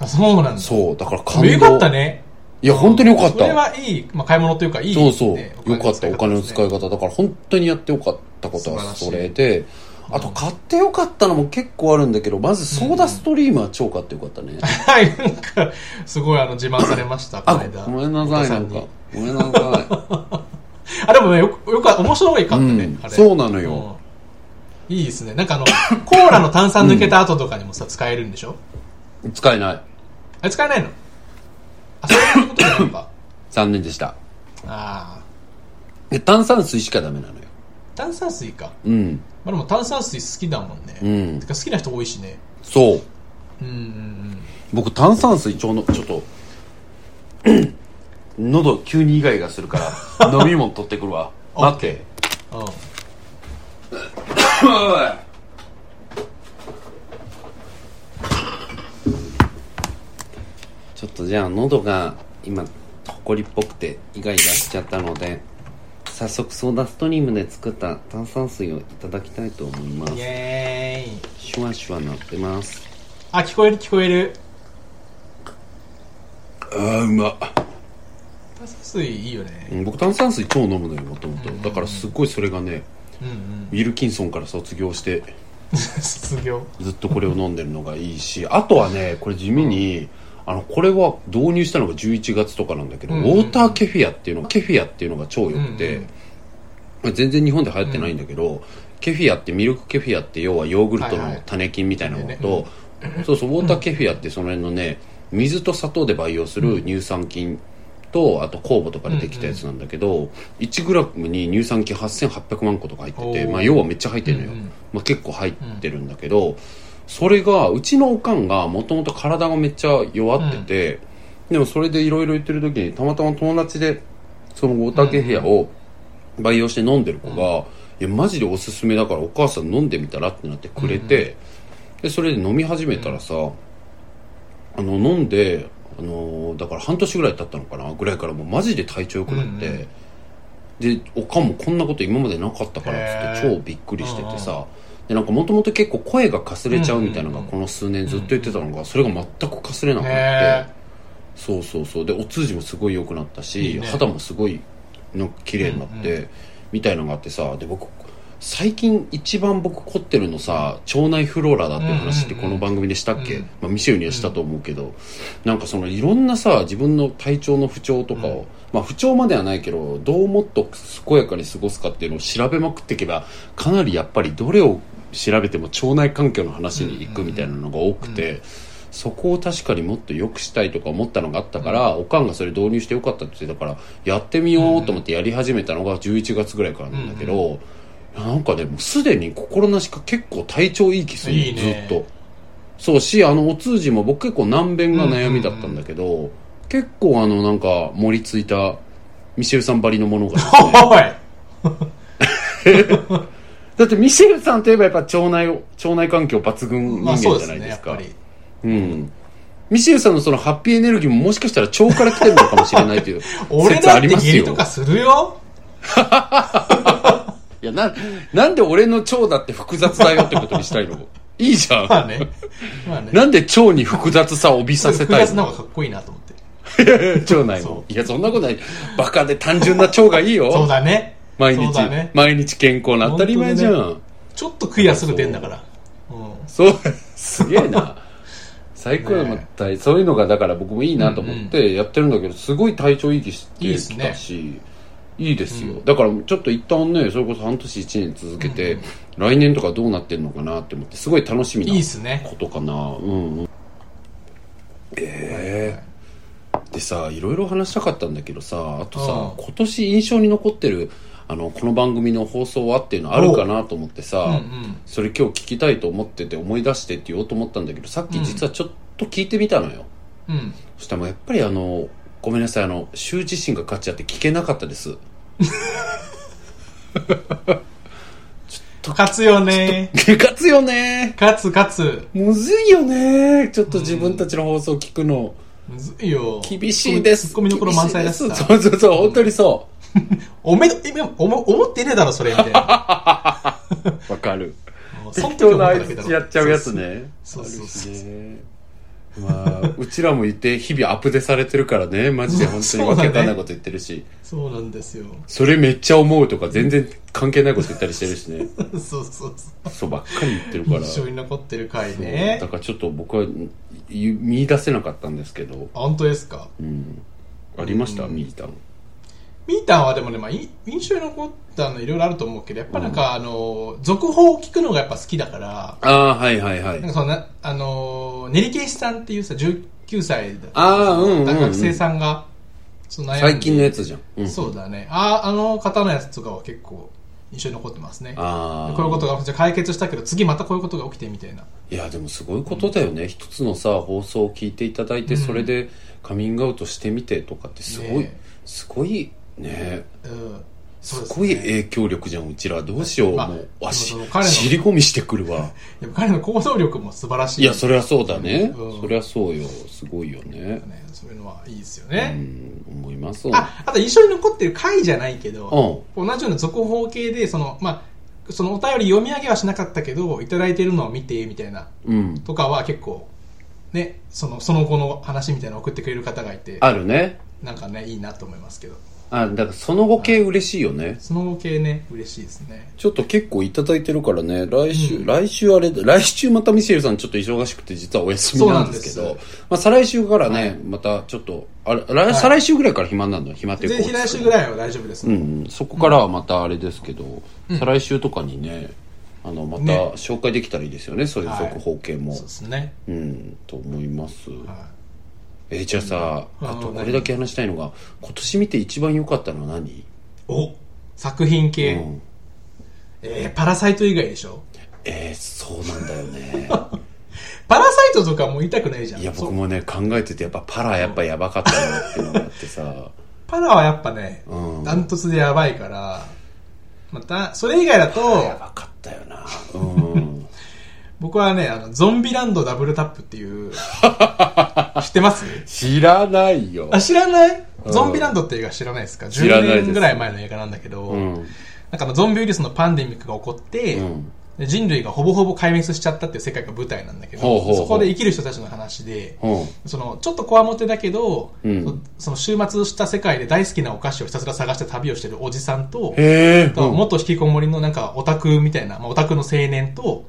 B: あそうなんだ
C: そう。だから感動。
B: よかった。ね
C: いや、本当に良かっ
B: それ
C: た。
B: はいい、まあ、買い物というかいい、ね、
C: そうそう。良かった。お金の使い
B: い
C: 方。だから、本当にやって良かったことは
B: 素晴らしい
C: それで、あと、買って良かったのも結構あるんだけど、まず、ソーダストリームは超買って良かったね。
B: はいなんかすごいあの自慢されましたこ
C: あ
B: の間、
C: ごめんなさい、
B: お父
C: な
B: さ
C: ん
B: に
C: か。ごめんなさ
B: あでもねよくよく面白いかったね、
C: うん
B: あれ
C: そうなのよ、
B: うんいいですねなんかあのコーラの炭酸抜けた後とかにもさ使えるんでしょ
C: い。 使えない。
B: あれ使えないのあそういうことじゃないのか
C: 残念でした。
B: ああ
C: で炭酸水しかダメなのよ。
B: 炭酸水か、
C: うん。
B: まあ、でも炭酸水好きだもんね、
C: うん
B: てか好きな人多いしね
C: そう。
B: うんうんうん
C: 僕炭酸水ちょうどちょっと 喉急にイガイガするから飲み物取ってくる わ待って
B: うん
C: ちょっとじゃあ喉が今ほこりっぽくてイガイガしちゃったので早速ソーダストリームで作った炭酸水をいただきたいと思いま
B: イ
C: す
B: エーイ
C: シュワシュワなってます
B: あ聞こえる聞こえる
C: あーうまっ
B: 炭酸水いいよね
C: 僕炭酸水超飲むのよもともとだからすごいそれがね
B: うんうん
C: ウィルキンソンから卒業して
B: 卒業
C: ずっとこれを飲んでるのがいいしあとはねこれ地味にあのこれは導入したのが11月とかなんだけど、
B: うんうん
C: ウォーターケフィアっていうのがケフィアっていうのが超良くて、
B: うんうん
C: まあ全然日本で流行ってないんだけど、ケフィアってミルクケフィアって要はヨーグルト
B: はいは
C: の
B: い
C: 種菌みたいなのと、
B: ね
C: そうそうウォーターケフィアってその辺のね水と砂糖で培養する乳酸菌とあと酵母とかでできたやつなんだけど、1g に乳酸菌8800万個とか入ってて、
B: おー
C: まあ、要はめっちゃ入ってるのよ、
B: うんうん
C: まあ、結構入ってるんだけど、それがうちのおかんがもともと体がめっちゃ弱ってて、でもそれでいろいろ言ってる時にたまたま友達でそのウォーターケヘアを培養して飲んでる子が、いやマジでおすすめだからお母さん飲んでみたらってなってくれて、でそれで飲み始めたらさ、あの飲んで、あのーだから半年ぐらい経ったのかなぐらいからもうマジで体調良くなって、
B: うん
C: でおかんもこんなこと今までなかったからっつって
B: へー
C: 超びっくりしててさでなんかもともと結構声がかすれちゃうみたいなの
B: うんうん
C: が
B: うん
C: この数年ずっと言ってたのがそれが全くかすれなくなっ
B: へ
C: てそうそうそうでお通じもすごい良くなったし
B: いいね
C: 肌もすごいの綺麗になって、
B: うん
C: みたいなのがあってさで僕最近一番僕凝ってるのさ腸内フローラだっていう話って
B: うん
C: こ
B: うんうん
C: の番組でしたっけ、
B: うん
C: まあ、ミシェルにはしたと思うけど、なんかそのいろんなさ自分の体調の不調とかを、
B: うん
C: まあ、不調まではないけどどうもっと健やかに過ごすかっていうのを調べまくっていけばかなりやっぱりどれを調べても腸内環境の話に行くみたいなのが多くて、そこを確かにもっと良くしたいとか思ったのがあったから、おかんがそれ導入してよかったって言ってたからやってみようと思ってやり始めたのが11月ぐらいからなんだけど、いやなんかねもうすでに心なしか結構体調いい気するの
B: いいね
C: ずっと。そうしあのお通じも僕結構難便が悩みだったんだけど、結構あのなんか盛りついたミシェルさんばりのも のがですね
B: おい
C: だってミシェルさんといえばやっぱ腸内を腸内環境抜群人
B: まあそ
C: 間
B: う
C: じ
B: で
C: ゃな
B: す
C: い
B: ね
C: で
B: や
C: す
B: っ
C: か、
B: ぱり
C: うんミシェルさんのそのハッピーエネルギーももしかしたら腸から来てるのかもしれないという
B: 俺
C: 説
B: だ
C: あ
B: っ
C: り
B: て
C: ます
B: 下痢
C: よ
B: とかするよ
C: いやななんで俺の腸だって複雑だよってことにしたいの いいじゃん、
B: ま あねまあね
C: なんで腸に複雑さを帯びさせ
B: 複
C: たい
B: 雑
C: の
B: な方がかっこいいなと思って
C: 腸内もいやそんなことないバカで単純な腸がいいよ
B: そうだね
C: 毎
B: そう
C: 日、
B: だね
C: 毎日健康な当たり前じゃん。
B: ちょっとクリアすぐ出んだからうん
C: そう、すげえな。最高や
B: ねえ
C: またそういうのがだから僕もいいなと思ってやってるんだけど、すごい体調いい気して
B: いいっす
C: き
B: ね
C: たし、いい,、ですよ。だからちょっと一旦ね、それこそ半年1年続けて、来年とかどうなってんのかなって思って、すごい楽しみない
B: いっすね
C: ことかな。うんうん。ええでさ、いろいろ話したかったんだけどさ、あとさ、
B: うん
C: 今年印象に残ってる、あの、この番組の放送はっていうのあるかなと思ってさ、
B: うんうん
C: それ今日聞きたいと思ってて思い出してって言おうと思ったんだけどさっき実はちょっと聞いてみたのよ、
B: うん
C: そしたらもうやっぱりあのごめんなさいあの羞恥心が勝っちゃって聞けなかったです
B: 勝つよね
C: 勝つよね
B: 勝つ勝つ
C: むずいよねちょっと自分たちの放送聞くの、
B: むずいよ
C: 厳しいです
B: ツッコミどころ満載だし
C: 厳しいです
B: さ
C: そうそうそう本当にそ
B: おめど今おも思ってねえだろそれみたいな
C: うわかる
B: もうそん
C: 適
B: 時
C: 当
B: 思っ
C: な相
B: ただけだろ
C: 槌やっちゃうやつね
B: そうそうそう
C: あるよねまあ、うちらもいて日々アップデされてるからねマジ で本当にわけわかんないこと言ってるし、
B: そうなんですよ
C: それめっちゃ思うとか全然関係ないこと言ったりしてるしね
B: そうそうそう
C: そうばっかり言ってるから
B: 印象に残ってる回
C: そう
B: ね
C: だからちょっと僕はい見出せなかったんですけど、
B: あ本当ですか
C: うん、ありました
B: うん
C: ミータン
B: ミータンはでもね、まあ、い印象に残ったのいろいろあると思うけど、やっぱなんか、あの、続報を聞くのがやっぱ好きだから、
C: ああはいはいはい
B: なんかそのな、あの、練り消しさんっていうさ、19歳だった
C: あーうんうんうん
B: 大学生さんが、その悩んで
C: 最近のやつじゃん、うん、
B: そうだね。ああ、あの方のやつとかは結構印象に残ってますね。こ
C: ああ
B: ういうことが、じゃあ解決したけど、次またこういうことが起きてみたいな。
C: いやでもすごいことだよね、一つのさ放送を聞いていただいて、それでカミングアウトしてみてとかってすごい、
B: ねえ
C: すごいね
B: うんそ
C: す
B: うです
C: ご
B: ね
C: い影響力じゃんうちらどうしよう、
B: まあ
C: もうわし
B: でもその彼の
C: 尻込みしてくるわ
B: でも彼の行動力も素晴らしい
C: いやそりゃそうだね、
B: うん
C: そりゃそうよすごいよね
B: ねそういうのはいいですよ
C: う
B: ね、
C: ん思いますわ
B: ああと一緒に残ってる回じゃないけど、
C: うん
B: 同じような続報系でそのまあそのお便り読み上げはしなかったけどいただいてるのを見てみたいな
C: うん
B: とかは結構ねそのその後の話みたいなのを送ってくれる方がいて
C: あるね
B: なんかねいいなと思いますけど
C: あだからその後系嬉しいよね
B: その後系ね嬉しいですね
C: ちょっと結構いただいてるからね来週、
B: うん
C: 来週あれ来週またミシェルさんちょっと忙しくて実はお休みなんですけ
B: そうな
C: ど
B: んで
C: まあ再来週からね、またちょっとあれ来再来週ぐらいから暇になるの暇っていう
B: 全然来週ぐらいは大丈夫です、
C: うん、そこからはまたあれですけど、
B: うん
C: 再来週とかにねあのまた
B: ね
C: 紹介できたらいいですよねそういう
B: はい
C: 続報系も、
B: そうですね、
C: うんと思います、
B: は
C: えじゃあさ、
B: うん
C: あと
B: あー
C: これだけ話したいのが今年見て一番良かったのは何、
B: い、お作品系、
C: うん、
B: えーパラサイト以外でしょ
C: えー、そうなんだよね
B: パラサイトとかも言いたくないじゃ ん
C: いや僕
B: そう
C: もね考えててやっぱパラやっぱやばかったなっていうのがあって さ
B: パラはやっぱね
C: うん
B: ダントツでやばいからまたそれ以外だ
C: や
B: と
C: ばかったよなうん
B: 僕はねあのゾンビランドダブルタップっ ていう知ってます
C: 知らないよ
B: あ知らない
C: うん
B: ゾンビランドって映画知らないですか
C: 知らないです
B: 10年ぐらい前の映画なんだけど、
C: うん
B: なんかあのゾンビウイルスのパンデミックが起こって、
C: うん
B: で人類がほぼほぼ壊滅しちゃったっていう世界が舞台なんだけど
C: ほうほうほう
B: そこで生きる人たちの話で、
C: うん
B: そのちょっとこわもてだけど、
C: うん
B: その週末した世界で大好きなお菓子をひたすら探して旅をしてるおじさんと、
C: へえ
B: あと元引きこもりのなんかオタクみたいな、まあ、オタクの青年と、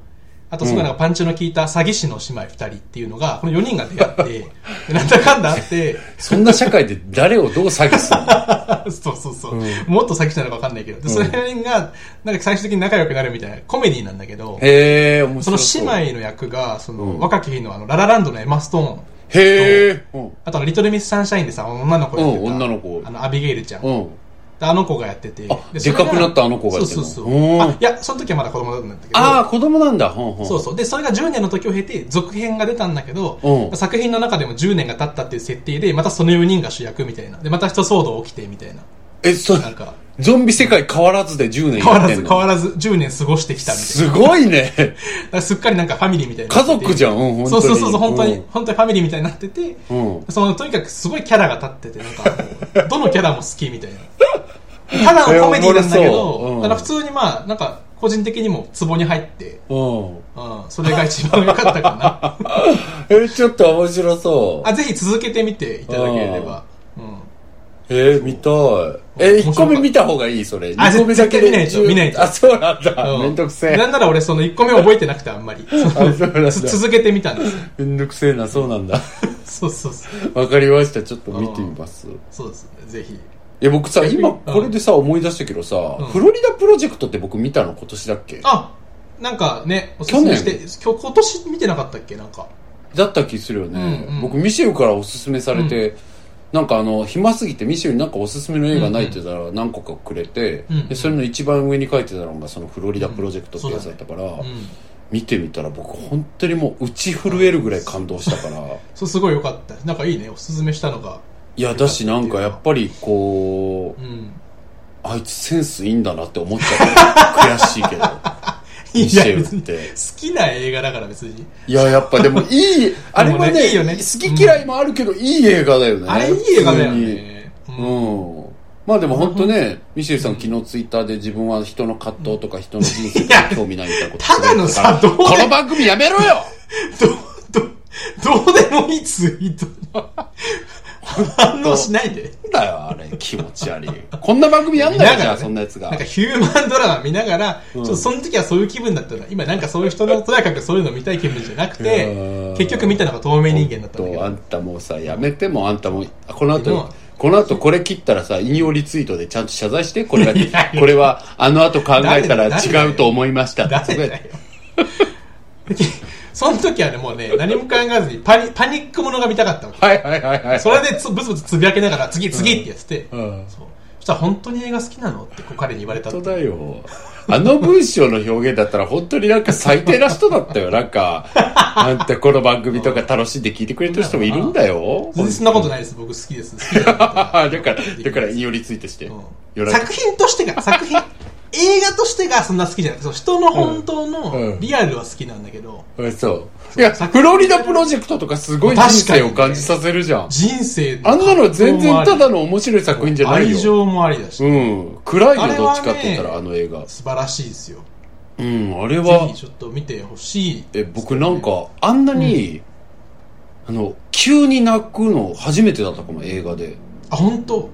B: あとすごいなんかパンチの効いた詐欺師の姉妹二人っていうのが、この4人が出会 って、でなんだかんだあって、
C: そんな社会で誰をどう詐欺するの
B: そうそうそう、
C: うん
B: もっと先なのか分かんないけど、で、
C: ん
B: それが、なんか最終的に仲良くなるみたいなコメディなんだけど、
C: へえ、面
B: そ
C: 白
B: の
C: そう。
B: 姉妹の役が、その、
C: うん
B: 若き日のあの、ララランドのエマストーン、
C: へえ。うん。
B: あとあの、リトルミス・サンシャインでさ、女の子やってた、
C: うん女の子
B: あの、アビゲイルちゃん。
C: う
B: で
C: ん。
B: あの子がやってて、
C: あ
B: そ
C: で
B: れ
C: かくなったあの子がやってん
B: そ
C: の
B: うそうそう
C: うん。
B: あいや、その時はまだ子供だったんだけど、
C: ああ、子供なんだ。ほんほん。
B: そうそう。で、それが10年の時を経て、続編が出たんだけど、
C: うん
B: 作品の中でも10年が経ったっていう設定で、またその4人が主役みたいな。で、また一騒動起きてみたいな。
C: え、それ
B: なんか、
C: ゾンビ世界変わらずで10年
B: 変
C: や
B: わ
C: っ
B: ら
C: てん
B: ず、
C: の
B: 変わらず10年過ごしてきたみたいな。
C: すごいね。
B: だからすっかりなんかファミリーみたいにな
C: 家
B: ってて。
C: 族じゃん。うん、本当
B: そう
C: に。
B: そうそうそう、本当に、
C: うん
B: 本当にファミリーみたいになってて、
C: うん
B: その、とにかくすごいキャラが立ってて、なんかも う、どのキャラも好きみたいな。ただのコメディなんだけ
C: えおもろそうう
B: ど、
C: ん
B: ただ普通にまあ、なんか、個人的にもツボに入って、
C: うん。
B: うん、それが一番良かったかな。
C: え、ちょっと面白そう
B: あ、。ぜひ続けてみていただければ。うん。
C: えー、見たい。え、
B: 面白かった
C: 1個目見た方がいいそれ。
B: あ
C: 2個目だけで
B: 絶対見ないと見ないと
C: あ、そうなんだ。
B: うん
C: めんどくせ
B: な
C: え。
B: んなら俺その1個目覚えてなくてあんま り。
C: あそうなんだ
B: つ続けてみたんですよ。
C: めんどくせえな、そうなんだ。
B: そうそうそう。
C: わかりました。ちょっと見てみます。
B: そうですね。ぜひ。
C: いや僕さ
B: 逆に
C: 今
B: うん
C: これでさ思い出したけどさ、
B: うん
C: フロリダプロジェクトって僕見たの今年だっけ
B: あ、なんかね、おすすめして、
C: 去
B: 今日今年見てなかったっけなんか。
C: だった気するよね、
B: うんうん
C: 僕ミシェルからおすすめされて、なんかあの暇すぎてミシェルになんかおすすめの映画ないって言ったら何個かくれて、
B: うんうん
C: でそれの一番上に書いてたのがそのフロリダプロジェクトってやつだったから、
B: うん。
C: 見てみたら僕本当にもう打ち震えるぐらい感動したから、
B: そう、すごい良かった。なんかいいね。おすすめしたのが。
C: いやだしなんかやっぱりこう
B: うん。
C: あいつセンスいいんだなって思っちゃった悔しいけどミシェル
B: 別
C: っ
B: に好
C: て。
B: きな映画だから別に。
C: いや、やっぱでもいい、あれはね
B: でもねいいよね
C: 好き嫌いもあるけど、いい映画だよね。
B: あれいい映画だよね。
C: 普
B: う
C: 通に。
B: ん。
C: うん。まあでも本当ね、ミシェルさん昨日ツイッターで自分は人の葛藤とか人の人生とか興味ないみたいなこと
B: ただの
C: つぶやい
B: さ、
C: て
B: ど
C: た
B: う
C: からこ
B: で
C: の番組やめろよ
B: ど、ど、どうでもいいツイート。反応しないで。
C: なんだよ、あれ、気持ち悪い。こんな番組やんな
B: 見
C: よ、
B: な
C: じ
B: が
C: ゃ
B: ら
C: あ、そんなやつが
B: なん。かヒューマンドラマ見ながら、ちょっとその時はそういう気分だったの。今なんかそういう人の、とやかくそういうの見たい気分じゃなく
C: う
B: て
C: ん、
B: 結局見たのが透明人間だったんだけ
C: とあん
B: ど。
C: たもうさやめてもあんたもあこの
B: でも
C: 後この後これ切ったらさ引用リツイートでちゃんと謝罪してこれが
B: いやいや
C: これはあの後考えたら
B: 誰だよ
C: 違うと思いました
B: 誰だよ。 その時はね、もうね、何も考えずにパニパニックものが見たかったわけ。
C: はいはいはいはい
B: それでつブツブツつぶやきながら、次、次ってやってて、
C: うん
B: そうそつは本当に映画好きなのってこう彼に言われたって
C: 本当だよ。あの文章の表現だったら本当になんか最低な人だったよ。なん か、なんてこの番組とか楽しんで聞いてくれてる人もいるんだよ。
B: 全然そんなことないです僕好きです好きだ
C: だ
B: よ
C: から、だから、寄りついてして。
B: う
C: よ
B: ん
C: ろしく
B: 作品としてが 作品映画としてがそんな好きじゃないそう人の本当
C: うんう
B: の
C: ん
B: リアルは好きなんだけど、
C: うんそう。いや、フロリダプロジェクトとかすごい人
B: 確か
C: 生
B: に
C: を感じさせるじゃん。
B: 人生の
C: あんなの全然ただの面白い作品じゃない
B: 愛
C: よ。
B: 情もありだし、
C: うん。暗
B: あ
C: いよ、
B: れ
C: ど
B: は
C: っ
B: ね
C: ちかって言ったら、あの映画。
B: 素晴らしいですよ
C: うん、あれ
B: ぜ
C: は
B: ひ、ちょっと見てほしい
C: え、僕なんか、あんなに、あの、急に泣くの初めてだったかも、映画で。
B: あ本当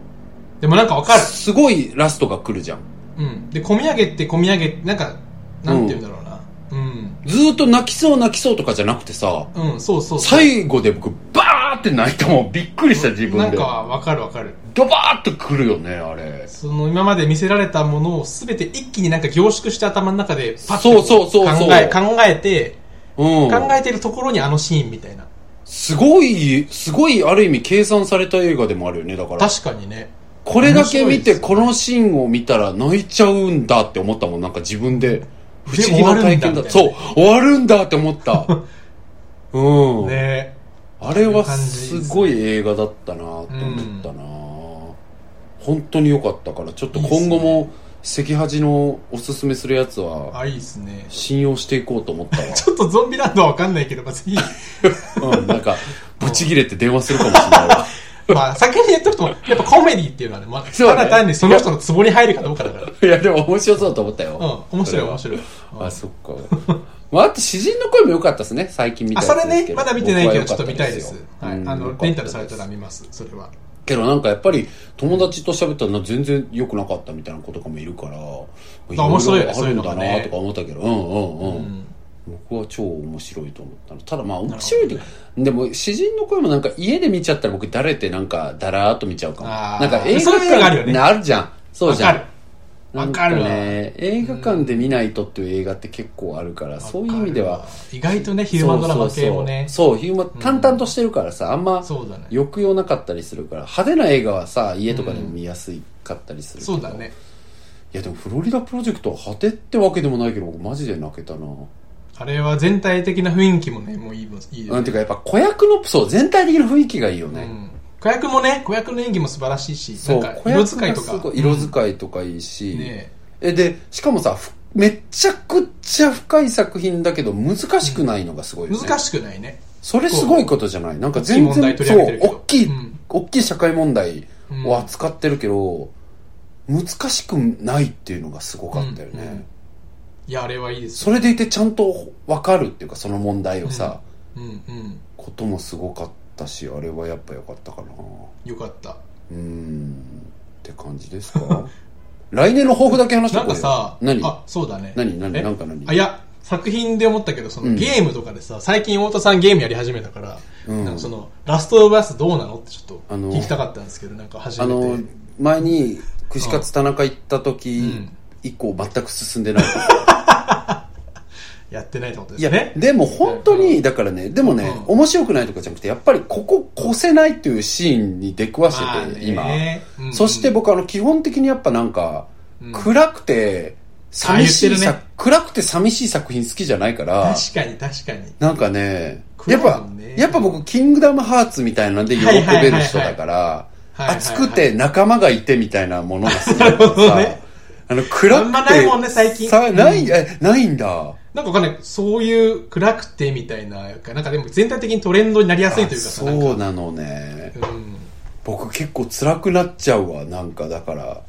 B: でもなんかわかる
C: すごいラストが来るじゃん。
B: うんで込み上げて込み上げてなんかなんて言うんだろうなうん
C: ずーっと泣きそう泣きそうとかじゃなくてさ、
B: うん、そうそうそう
C: 最後で僕、バーって泣いたもん。びっくりした、自
B: な
C: 分
B: ん
C: で
B: か。わかるわかる
C: ドバーって来るよね、あれ。
B: その今まで見せられたものを全て一気になんか凝縮して頭の中でパッ
C: そう
B: と
C: そうそうそう
B: 考え考えて
C: うん。
B: 考えてるところにあのシーンみたいな
C: すごい、すごい、ある意味計算された映画でもあるよね、だから。
B: 確かにね
C: これだけ見
B: 面白いで
C: て、
B: す
C: このシーンを見たら泣いちゃうんだって思ったもん、なんか自分で。不思議
B: 終わ
C: な
B: るんだ
C: 体験だ。
B: みたい
C: そ
B: な
C: う、終わるんだって思った。うん。
B: ね
C: あれはすごい映画だったなと思ったな、本当に良かったから、ちょっと今後も、赤恥のおすすめするやつは、
B: あいいですね
C: 信用していこうと思った
B: ちょっとゾンビランドはわかんないけど、まあ、ぜ ひ
C: わ。うん、なんか、ぶち切れて電話するかもしれない わ。
B: まあ、先に言っとくと、やっぱコメディっていうのはね、まあ、
C: そうね
B: ただ単にその人のツボに入るかどうかだから。
C: いや、でも面白そうと思ったよ。
B: うん、面白い面白い。
C: あ、そっか。 まあ、あと、詩人の声も良かったですね、最近見た
B: あ、
C: やつ
B: そ
C: で
B: れ
C: すけ
B: ね、
C: ど
B: まだ見てないけど、ちょっと見たいで
C: 僕
B: す
C: は良。かった
B: はい。
C: ですよ
B: あ
C: うん
B: の、レンタルされたら見ます、それは。
C: けどなんかやっぱり友達と喋ったら全然良くなかったみたいなことかもいるから、
B: 面白い
C: ろろある
B: よね
C: んだ
B: そういうのが
C: な
B: ね
C: とか思ったけど、うんうんうん。
B: うん
C: 僕は超面白いと思ったの。ただまあ面白いというか、でも詩人の声もなんか家で見ちゃったら僕だれてなんかだらーっと見ちゃうかも。
B: あー
C: なんか映
B: そう
C: 画
B: いうのがあるよ
C: 館
B: ね
C: なるじゃん。そう
B: わ
C: じゃ
B: か
C: ん
B: る。。わかるわ
C: なんね。映画館で見ないとっていう映画って結構あるから、そういう意味で
B: わか
C: は
B: るわ。。意外とね、ヒューマンドラマ系もね。
C: そうそうそうそうヒューマン淡々としてるからさ、あんま
B: そうだね
C: 抑揚なかったりするから派手な映画はさ家とかでも見やすかったりするけど
B: そうだね。
C: いやでもフロリダプロジェクトは派手ってわけでもないけど僕マジで泣けたな、
B: あれは全体的な雰囲気もね、もういいもん、いいよ
C: な
B: ね
C: んていうかやっぱ子役のそう全体的な雰囲気がいいよ
B: う
C: ね、
B: ん。子役もね、子役の演技も素晴らしいし、
C: そう
B: なんか
C: 子
B: 色
C: 役
B: 使い
C: が
B: と
C: す
B: か
C: ご。い色使いとかいいし、
B: うんね
C: えでしかもさふめちゃくちゃ深い作品だけど難しくないのがすごいよね、
B: 難しくないね。
C: それすごいことじゃないなんか
B: 大きい
C: 全
B: 問題
C: 然
B: 取り
C: そ
B: 上げてる
C: う
B: けど
C: 大きい、
B: うん
C: 大きい社会問題を扱ってるけど、難しくないっていうのがすごかったよね、
B: うんうんいや、あれはいいですよ。
C: それでいてちゃんと分かるっていうかその問題をさ、
B: うんうん。
C: こともすごかったしあれはやっぱ良かったかな
B: よかった。
C: うーんって感じですか 来年の抱負だけ話して
B: な
C: こ
B: ん
C: うよ
B: かさ、
C: 何
B: あ、そうだね。
C: 何何
B: え
C: なんか何
B: あ、いや、作品で思ったけど、その、
C: うん
B: ゲームとかでさ、最近太田さんゲームやり始めたから、
C: うん
B: なんかその、ラストオブアスどうなのってちょっと
C: あの
B: 聞きたかったんですけど、なんか初
C: あ
B: めて。
C: の前に串カツ田中行った時、
B: うん
C: 以降全く進んでない
B: やってないってことで
C: い
B: す
C: や、
B: ね。
C: でも本当に、だからね、でもね、
B: うん
C: 面白くないとかじゃなくて、やっぱりここ越せないっていうシーンに出くわしてて、
B: まあね
C: 今。
B: うんうん
C: そして僕、あの、基本的にやっぱなんか、
B: うん
C: 暗くて、寂しい
B: あ言ってる
C: 作、
B: ね
C: 暗くて寂しい作品好きじゃないから、
B: 確かに確かに。
C: なんかね、
B: 暗
C: や
B: い
C: っ
B: も
C: ぱ
B: んね、
C: やっぱ僕、キングダムハーツみたいなんで喜べる人だから、
B: はいはいはいはい
C: 熱くて仲間がいてみたいなものが好きだから
B: なるほど
C: さ、
B: ね
C: あの、暗くて、
B: あんまないもんね最近
C: さ、な
B: う
C: い、え、ないんだ。
B: なんかわかんない。そういう暗くてみたいな、なんかでも全体的にトレンドになりやすいというかさ、なんか
C: そうなのね
B: うん。
C: 僕結構辛くなっちゃうわなんかだから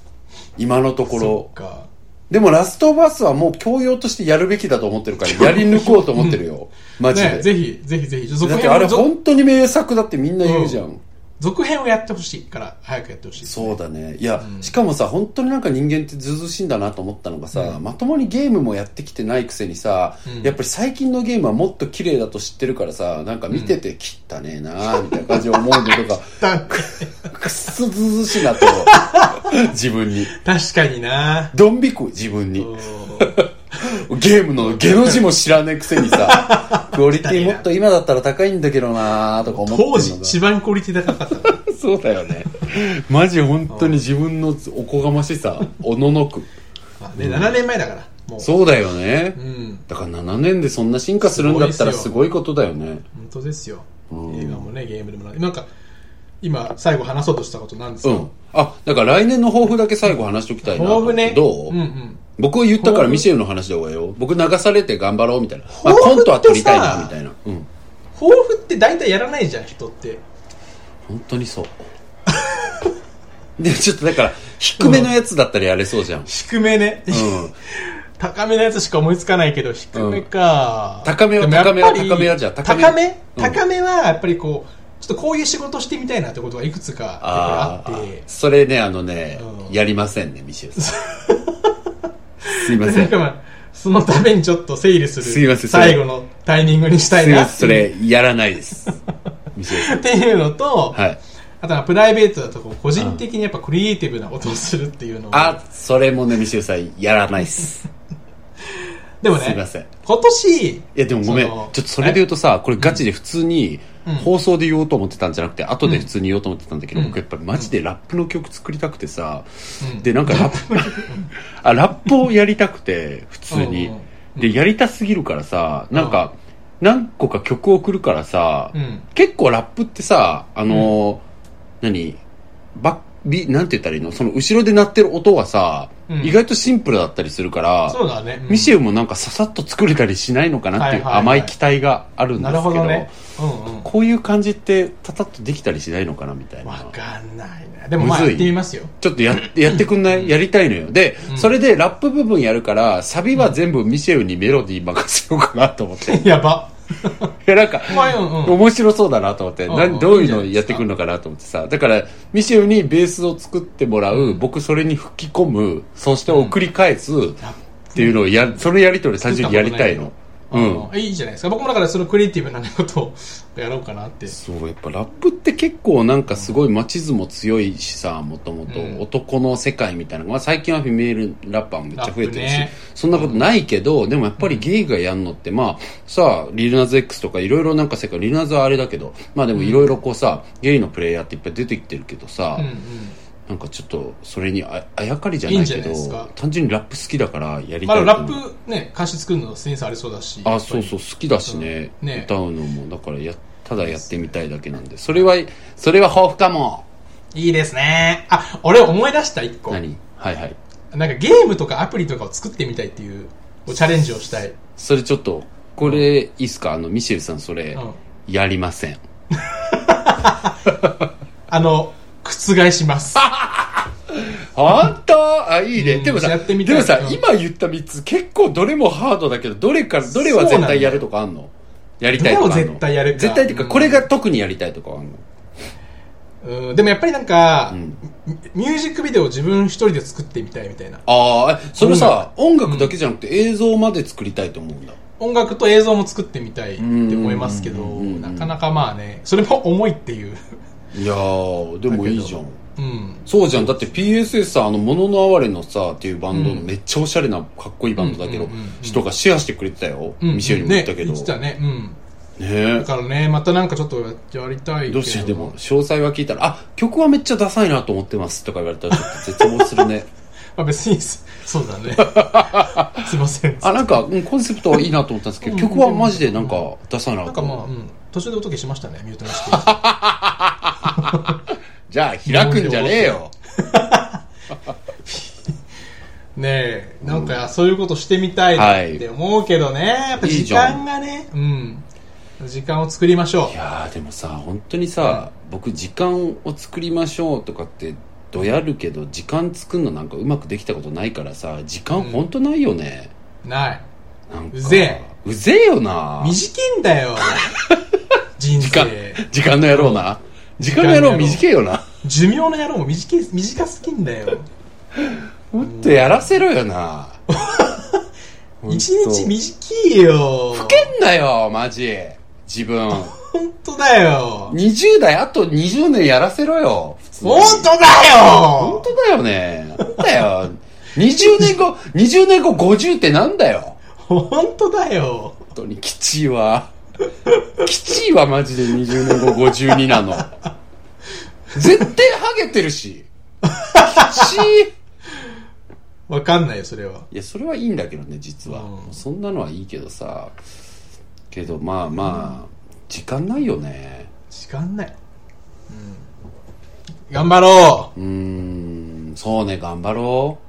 C: 今のとこ
B: そ
C: ろ
B: っか。
C: でも「ラストバス」はもう教養としてやるべきだと思ってるからやり抜こうと思ってるよ、マジで、
B: ね、ぜひ、ぜひぜひ、続
C: だっ
B: 編
C: てあれ
B: をぞ
C: 本当に名作だってみんな言うじゃん、
B: 続編をやってほしいから、早くやってほしいですね、
C: そうだねいや、
B: うん
C: しかもさ本当になんか人間ってずうずうしいんだなと思ったのがさ、
B: うん
C: まともにゲームもやってきてないくせにさ、
B: うん
C: やっぱり最近のゲームはもっと綺麗だと知ってるからさなんか見てて切ったねえなーみたいな感じで思うのとか
B: だ
C: くっそずうずうしいなと思う自分に
B: 確かにな
C: ドン引く自分に
B: そう
C: ゲームのゲの字も知らねえくせにさクオリティもっと今だったら高いんだけどなーとか思ってるのが
B: 当時一番クオリティ高かったから
C: そうだよねマジ本当に自分のおこがましさ、おののく。
B: まあね、7年前だから、もう。
C: そうだよね
B: う。ん、
C: だから7年でそんな進化するんだったらす
B: す
C: ごいことだよね。
B: 本当ですよ。
C: うん
B: 映画もね、ゲームでもなんなんか、今、最後話そうとしたことなんです
C: う
B: か、
C: ん。あ、だから来年の抱負だけ最後話しておきたいな。
B: 抱負ね。
C: どう、
B: うんうん。
C: 僕言ったからミシェルの話した方がいいよ。僕流されて頑張ろうみたいな。まあ、コントは撮りたいなみたいな。うん。
B: 抱負って大体やらないじゃん、人って。
C: 本当にそう。で、ちょっとだから、低めのやつだったらやれそうじゃん。
B: 低めね。
C: うん。
B: 高めのやつしか思いつかないけど、低めか。
C: うん高めは
B: でもやっぱり
C: 高めは高めはじゃあ高
B: 高
C: め
B: め高め,、は、やっぱりこう、ちょっとこういう仕事してみたいなってことがいくつかやっ
C: あ
B: ぱりあっ
C: ー
B: て。
C: それね、あのね、
B: うん
C: やりませんね、ミシェル さん。すいませ
B: なん
C: ん。
B: かまあ、そのためにちょっと整理する。
C: すいませんそれ
B: 最後のタイミングにした
C: す
B: い
C: いませ、
B: なんって
C: そ
B: いう
C: れ、やらないです。ミシェルさん。
B: っていうのと、
C: はい。
B: あとはプライベートだとこう個人的にやっぱクリエイティブなことをするっていうのを
C: あ、それもね、ミシェルさん、やらないっす。
B: でも
C: すいま
B: ね、
C: せん。
B: 今年、
C: いや、でもごめん。ち
B: そ
C: ょ
B: の
C: っとそれで言うとさ、これガチで普通に
B: うん、
C: 放送で言おうと思ってたんじゃなくて、後で普通に言おうと思ってたんだけど、
B: うん
C: 僕やっぱりマジでラップの曲作りたくてさ、
B: うん
C: で、なんかラップ、あ、ラップをやりたくて、普通に。
B: うん
C: で、やりたすぎるからさ、なんか、何個か曲送るからさ、
B: うん。
C: 結構ラップってさ、あのー、何バッビ、なんて言ったらいいのその後ろで鳴ってる音はさ、
B: うん
C: 意外とシンプルだったりするから、
B: そうだね。うん
C: ミシェウもなんかささっと作れたりしないのかなっていう
B: はいはいは
C: 甘
B: い
C: い期待があるんです
B: な
C: け
B: る
C: ど、
B: ほどね。うんうん。
C: こういう感じってタタッとできたりしないのかなみたい
B: わ
C: な。
B: かんないな。でもまあ
C: むずい
B: やってみますよ。
C: ちょっと ややってくんないやりたいのよ。で、
B: うん
C: それでラップ部分やるから、サビは全部ミシェウにメロディー任せようかなと思って。い
B: やば。
C: や、なんか、
B: お 前うんうん。
C: 面白そうだなと思って、
B: うん
C: な
B: うんん
C: どういうのやってくるのかなと思ってさだからミシェルにベースを作ってもらう、僕それに吹き込むそして送り返すっていうのをやそのやり取り単純にやりたいのうん
B: うん。いいじゃないですか。僕もだからそのクリエイティブなことをやろうかなって。
C: そうやっぱラップって結構なんかすごいマチズも強いしさもともと
B: うん
C: 男の世界みたいなのが、まあ、最近はフィメールラッパーもめっちゃ増えてるし、
B: ラップね
C: そんなことないけど、でもやっぱりゲイがやんのってまあさあリルナズ X とかいろいろなんか世界リルナズはあれだけどまあでもいろいろこうさ、ゲイのプレイヤーっていっぱい出てきてるけどさ、
B: うんうん。
C: なんかちょっとそれにああやかりじゃないけど
B: いいんじゃないですか
C: 単純にラップ好きだからやり
B: ま
C: たい
B: あ
C: と
B: ラ
C: 思う
B: ップね、歌詞作るのセンスありそうだし。
C: あそうそう好きだしね,、
B: うんね
C: 歌うのもだからやただやってみたいだけなんでそれはそれは抱負かも
B: いいですね。あ、俺思い出した一個。なんか
C: 何はいはい
B: ゲームとかアプリとかを作ってみたいっていうチャレンジをしたい。
C: それちょっとこれいいっすかあのミシェルさんそれ、
B: うん
C: やりません
B: あの、覆します。
C: 本当あいいね、
B: うん
C: でもさ
B: やってみた
C: で
B: い
C: もさ、
B: うん
C: 今言った3つ結構どれもハードだけどどれかどれは
B: そう
C: 絶
B: なんだ
C: 対やるとかあんのやりたいとかあんの
B: どれを絶対やるか
C: 絶対っていうか
B: うん
C: これが特にやりたいとかはあんの、
B: うん、でもやっぱりなんか、
C: うん
B: ミュージックビデオを自分一人で作ってみたいみたいな。
C: ああそれさ音楽だけじゃなくて映像まで作りたいと思うんだ、
B: 音楽と映像も作ってみたいって思いますけど、
C: うんうんうんうん
B: なかなかまあね、それも重いっていう。
C: いやーでもいいじゃん
B: うん。
C: そうじゃん。だって PSS さ、あの、もののあれのさ、っていうバンドの
B: うん
C: めっちゃおしゃれな、かっこいいバンドだけど
B: うんうんうんうん、
C: 人がシェアしてくれてたよ。
B: うん
C: ミシェルにも言ったけど。
B: ね、言ってた
C: ね
B: ね。うん。だ
C: え。
B: からね、またなんかちょっとやりたいけど。
C: どうしてでも、詳細は聞いたら、あ、曲はめっちゃダサいなと思ってますとか言われたらちょっと絶望する ね。
B: まあ別に、そう だね。すいません。
C: あ、なんか、うんコンセプトはいいなと思ったんですけど、
B: うん
C: 曲はマジでなんかダサいな
B: なん
C: と
B: かまあ、
C: 思
B: う
C: う。
B: ん。途中でおとけしましたね、ミュートにして。
C: じゃあ、開くんじゃねえよ。
B: ねえ、なんかそういうことしてみたいなって思うけどね、やっぱ
C: いい
B: 時
C: じゃん
B: 間がね、うん。時間を作りましょ
C: いやーでもさ本当にさ、僕時間を作りましょうとかってどやるけど時間作るのなんかうまくできたことないからさ時間
B: うん
C: 本当ないよね、
B: う。ない。
C: なんか
B: うぜ
C: うぜえよな
B: 短いん だよ。人
C: 時間
B: 生。
C: 時間の野郎な時間の野郎
B: 時間の野郎
C: 短えよな
B: 寿命の野郎も短い短すぎんだよ。
C: もっとやらせろよなほんと
B: 一日短いよ。
C: ふけんなよマジ自分
B: 本当だよ。
C: 20代あと20年やらせろよ普通に
B: 本当だ
C: 本
B: よ
C: 当だよね。なんだよ。20年後、20年後50ってなんだよ。
B: 本当だよ。
C: 本当に、きちいわ。きちいわ、マジで20年後52なの。絶対ハゲてるし。し
B: わかんないよ、それは。
C: いや、それはいいんだけどね、実は。
B: うん
C: そんなのはいいけどさ。けど、まあまあ、時間ないよね。
B: 時間ない。うん。頑張ろ
C: うーん、そうね、頑張ろう。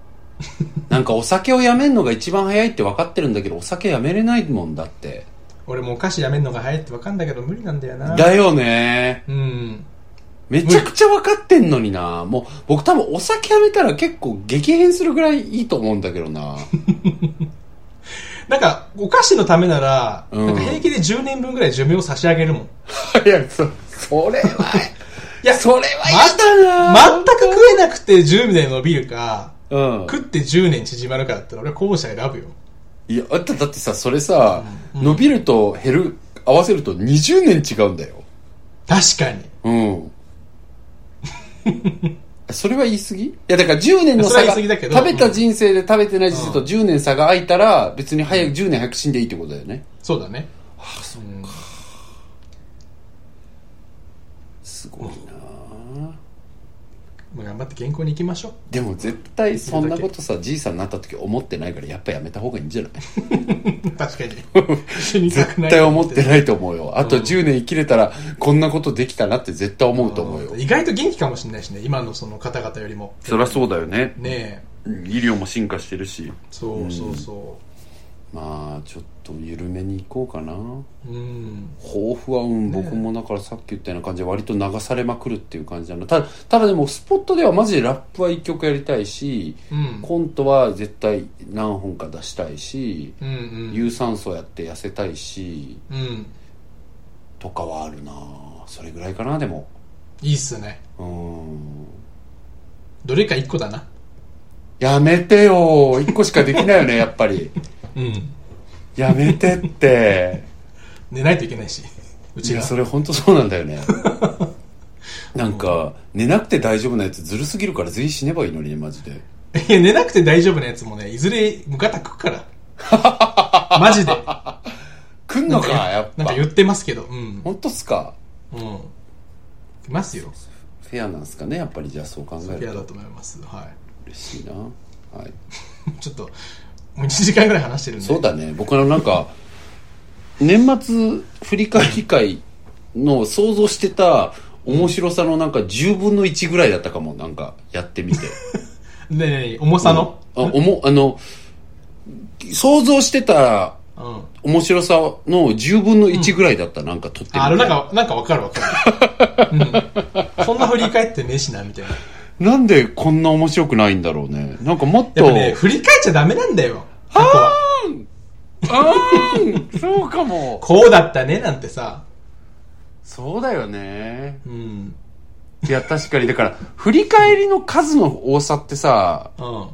C: なんかお酒をやめんのが一番早いって分かってるんだけど、お酒やめれないもんだって。
B: う俺もお菓子やめんのが早いってわかんだけど無理なんだよな。
C: だよね。
B: うん。
C: めちゃくちゃ分かってんのにな。もう、僕多分お酒やめたら結構激変するぐらいいいと思うんだけどな。
B: なんか、お菓子のためなら、
C: うん
B: なんか平気で10年分ぐらい寿命を差し上げるもん。
C: いや、そ、それ は、
B: いや、
C: それは嫌だな
B: 全く食えなくて10年伸びるか、
C: うん。
B: 食って10年縮まるかだったら俺は後者選ぶよ。
C: いや、だって、だってさ、それさ、伸びると減る、合わせると20年違うんだよ。
B: 確かに。
C: うん。 それは言い過ぎいや、だから10年の差
B: それは言
C: が、
B: い過ぎだけど
C: 食べた人生で食べてない人生と10年差が空いたら、別に早く10年早く死んでいいってことだよね。
B: そうだね。
C: すごいなあ
B: もう頑張って健康に行きましょう。
C: でも絶対そんなことさ、じいさんになった時思ってないから、やっぱやめた方がいいんじゃない
B: 確か に。死にたく
C: 絶
B: ない
C: 対思ってないと思うよ。あと10年生きれたら、こんなことできたなって絶対思うと思うよ。
B: 意外と元気かもしれないしね、今のその方々よりも。
C: そりゃそうだよね。
B: ね
C: 医療も進化してるし。
B: え、そうそうそ
C: まあ、ちょっと緩めに行こうかな。
B: う。うん。
C: 抱負は、うん、僕もだからさっき言ったような感じで割と流されまくるっていう感じなの。ただ、ただでもスポットではマジでラップは一曲やりたいし、
B: うん。
C: コントは絶対何本か出したいし、
B: うんうん。
C: 有酸素やって痩せたいし、
B: うん。
C: とかはあるなそれぐらいかな、でも。
B: いいっすね。
C: うん。
B: どれか一個だな。
C: やめてよ一個しかできないよ ね、やっぱり。
B: うん。
C: やめてって。
B: 寝ないといけないし。う
C: い
B: ち
C: や、
B: が。
C: それ本当そうなんだよ ね。なんか、寝なくて大丈夫なやつずるすぎるから全員死ねばいいのにね、マジで。
B: いや、寝なくて大丈夫なやつもね、いずれムカタくから。 マジで。
C: 来んのか、やっ
B: なん
C: ぱ
B: か。言ってますけど。うん。
C: 本当っすか
B: うん。いますよ。
C: フェアなんすかね、やっぱりじゃあそう考え
B: ペ
C: る
B: ア
C: と
B: だと思います。は
C: 嬉しいな。はい。
B: い。 ちょっと、もう1時間ぐらい話してるんで。
C: そうだね、僕あのなんか、年末振り返り会の想像してた面白さのなんか10分の1ぐらいだったかも、なんかやって みて。
B: ねえねえ、重さの。
C: あ、おも、あの、想像してた
B: うん。
C: 面白さの10分の1ぐらいだった、なんか撮ってみて
B: あ、なんか、なんかわかるわかる。うん。そんな振り返ってねえしな、みたいな。
C: なんでこんな面白くないんだろうね。なんかもっ
B: や
C: と、
B: っぱね、振り返っちゃダメなんだよ。過去は。
C: あーんそうかも。
B: こうだったね、なんてさ。
C: そうだよね。
B: うん。
C: いや、確かに。だから、振り返りの数の多さってさ、
B: うん。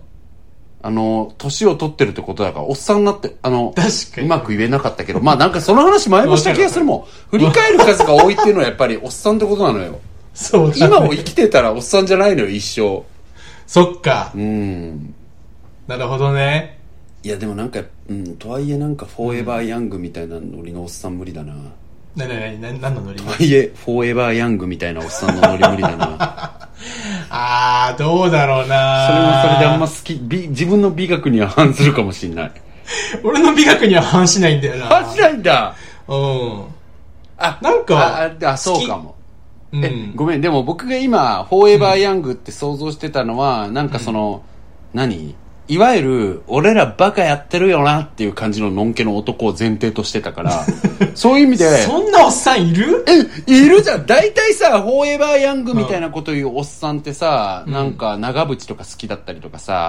C: あの、年を取ってるってことだから、おっさんになって、あの、
B: 確か
C: う
B: に。
C: まく言えなかったけど、まあなんかその話前もした気がす るもん。振り返る数が多いっていうのはやっぱりおっさんってことなの よ。
B: そうだね
C: 今を生きてたらおっさんじゃないのよ、一
B: そっか
C: 生。う。ん。
B: なるほどね。
C: いや、でもなんか、うん、とはいえなんか、フォーエバーヤングみたいなノリのおっさん無理だな。
B: なになになに、何のノリ
C: とはいえ、フォーエバーヤングみたいなおっさんのノリ無理だな。
B: あー、どうだろう
C: それも
B: な
C: それであんま好き、美、自分の美学には反するかもしんない。
B: 俺の美学には反しないんだよな。
C: 反しないんだ
B: うん。
C: あ
B: なんか
C: あ、ああそうかも。
B: うん。
C: え、ごめん、でも僕が今、フォーエバーヤングって想像してたのは、なんかその、何いわゆる、俺らバカやってるよなっていう感じののんけの男を前提としてた から、そういう意味で、
B: そんなおっさんいる
C: え、いるじゃん大体さ、フォーエバーヤングみたいなこと言うおっさんってさ、なんか長渕とか好きだったりとか さ、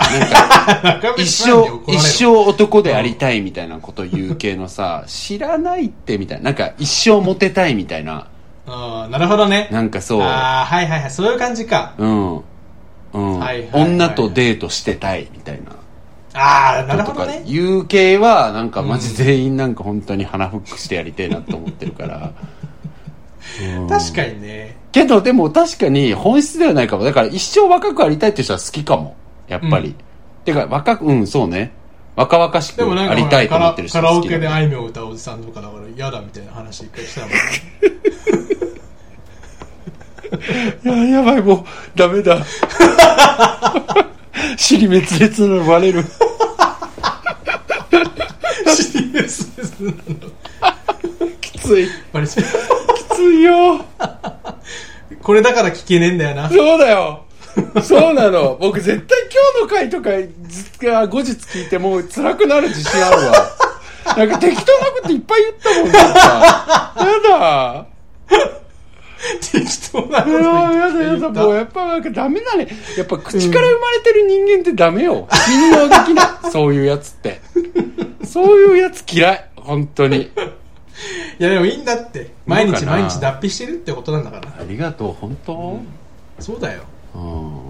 C: なんか一生、一生男でありたいみたいなこと言う系のさ、知らないってみたいな、なんか一生モテたいみたいな、
B: あー、なるほどね。
C: なんかそう、
B: あー、はいはいはい。そういう感じか。
C: うん。うん、
B: はいはいはい
C: 女とデートしてたいみたいな。
B: あー、なるほ
C: と
B: ど
C: か、
B: ね。
C: いう系は、なんかマジ全員なんか本当に鼻フックしてやりてえなと思ってる から。
B: 確かにね。
C: けどでも確かに本質ではないかも。だから一生若くありたいって人は好きかも。やっぱり。
B: うん
C: てか若く、うん、そうね。若々しく
B: でもなん
C: あ
B: か
C: り
B: ほ
C: た
B: ら
C: いと
B: カ
C: 思
B: ラ
C: ってる人
B: カ
C: は
B: ラ
C: 好
B: オ
C: きだ
B: ケ
C: ね
B: であいみょんを歌うおじさんとかだから嫌だみたいな話一回したもんね。
C: いや、やばい、もう、ダメ だ。尻滅裂なのバレる。
B: シリアスですなの
C: きつい。
B: あれ
C: きついよ。
B: これだから聞けねえんだよな
C: そうだよ。そうなの。僕絶対今日の回とかずあ後日聞いてもう辛くなる自信あるわ。なんか適当なこといっぱい言ったもんなんか。やだ。
B: 適 当なこ
C: い
B: と
C: ややだ
B: 言
C: や
B: った
C: だ、もうやっぱなんかダメだね。やっぱ口から生まれてる人間ってダメよ。信用できない。そういうやつって。そういうやつ嫌い。本当に。
B: いやでもいいんだって毎
C: いい
B: 日
C: のかな
B: 毎日脱皮してるってことなんだから
C: ありがとう、本当
B: そうだよ
C: うん。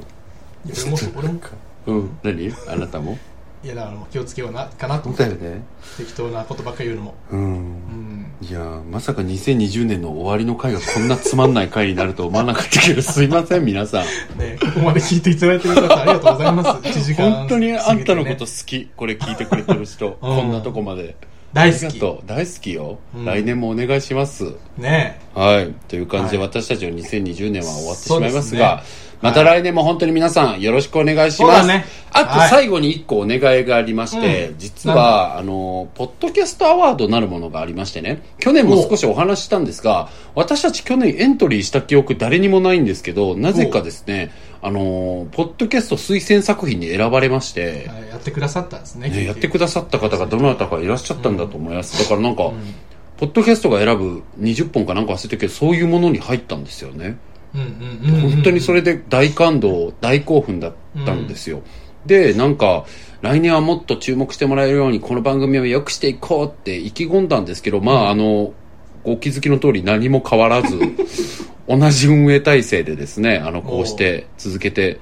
B: いや俺も俺も
C: うん。何あなたも
B: いやだからもう気をつけようなかなと思っ
C: だ
B: て
C: よね。
B: 適当なことばっかり言うのも
C: うん
B: う。ん
C: いやーまさか2020年の終わりの回がこんなつまんない回になると思わなかったけど、すいません、皆さん。
B: ねここまで聞いていただいてる方ありがとうございます一時間
C: 本当にあんたのこと好
B: 過ぎてね
C: き。これ聞いてくれてる人。こんなとこまで。
B: 大
C: あ
B: 好
C: りが
B: き
C: とう。大好きよ。
B: うん
C: 来年もお願いします。
B: ね
C: はい。という感じで、
B: は
C: 私たちの2020年は終わって
B: そ
C: し
B: う
C: ま
B: で
C: い
B: す
C: ま
B: ね
C: すが、また来年も本当に皆さんよろしくお願いし
B: そう
C: ま
B: だ
C: す。
B: ね
C: あ
B: は
C: と
B: い
C: 最後に一個お願いがありまして、
B: うん
C: 実は、あの、ポッドキャストアワードなるものがありましてね、去年も少しお話ししたんですが、私たち去年エントリーした記憶誰にもないんですけど、なぜかですね、あの、ポッドキャスト推薦作品に選ばれまして、
B: はいやってくださったんですね
C: ね、やってくださった方がどなたかいらっしゃったんだと思います、だからなんか、
B: ん
C: ポッドキャストが選ぶ20本かなんか忘れたけどそういうものに入ったんですよね、
B: うんうんうんうん
C: 本当にそれで大感動大興奮だったんですよ、でなんか来年はもっと注目してもらえるようにこの番組を良くしていこうって意気込んだんですけどまああのお気づきの通り何も変わら ず同じ運営体制でですねあのこうして続けて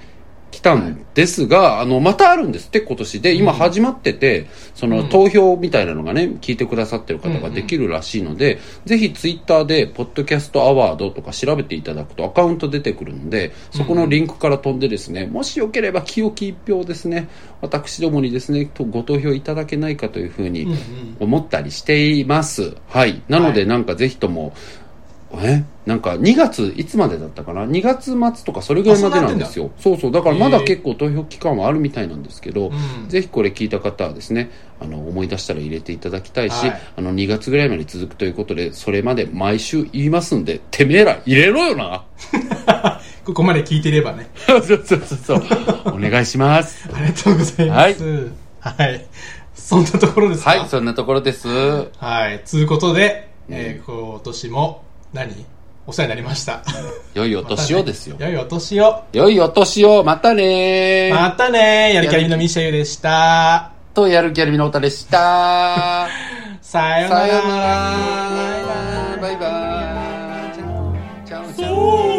C: 来たんですが、あの、またあるんですって、今年で、今始まってて、その、
B: うん
C: 投票みたいなのがね、聞いてくださってる方ができるらしいので、ぜひツイッターで、ポッドキャストアワードとか調べていただくとアカウント出てくるので、そこのリンクから飛んでですね、もしよければ清き一票ですね、私どもにですね、とご投票いただけないかというふうに
B: うんうん
C: 思ったりしています。はい。なの
B: は
C: で、
B: い
C: なんかぜひとも、えなんか2月、いつまでだったかな ?2 月末とかそれぐらいまでなんですよ。そうそう。だからまだ
B: へえ
C: 結構投票期間はあるみたいなんですけど、
B: うん
C: ぜひこれ聞いた方はですね、あの、思い出したら入れていただきたいし、
B: はい
C: あの、2月ぐらいまで続くということで、それまで毎週言いますんで、てめえら入れろよな
B: ここまで聞いてればね
C: そうそうそうそう。 お願いします。
B: ありがとうございます。はい。そんなところですか
C: はい、そんなところです。
B: はい。つうことで、
C: うん
B: えー今年も、何お世話になりました。
C: 良 いお
B: お
C: 年をですよ。
B: 良いお年を。
C: 良いお年を、またねー。
B: またねやるキャリのミシェルでした。
C: とやる気ありみのおたでした。
B: さよ う
C: さ
B: な
C: ような
B: ら。
C: ら。バイバイ。チャオチャオチャオ
B: そう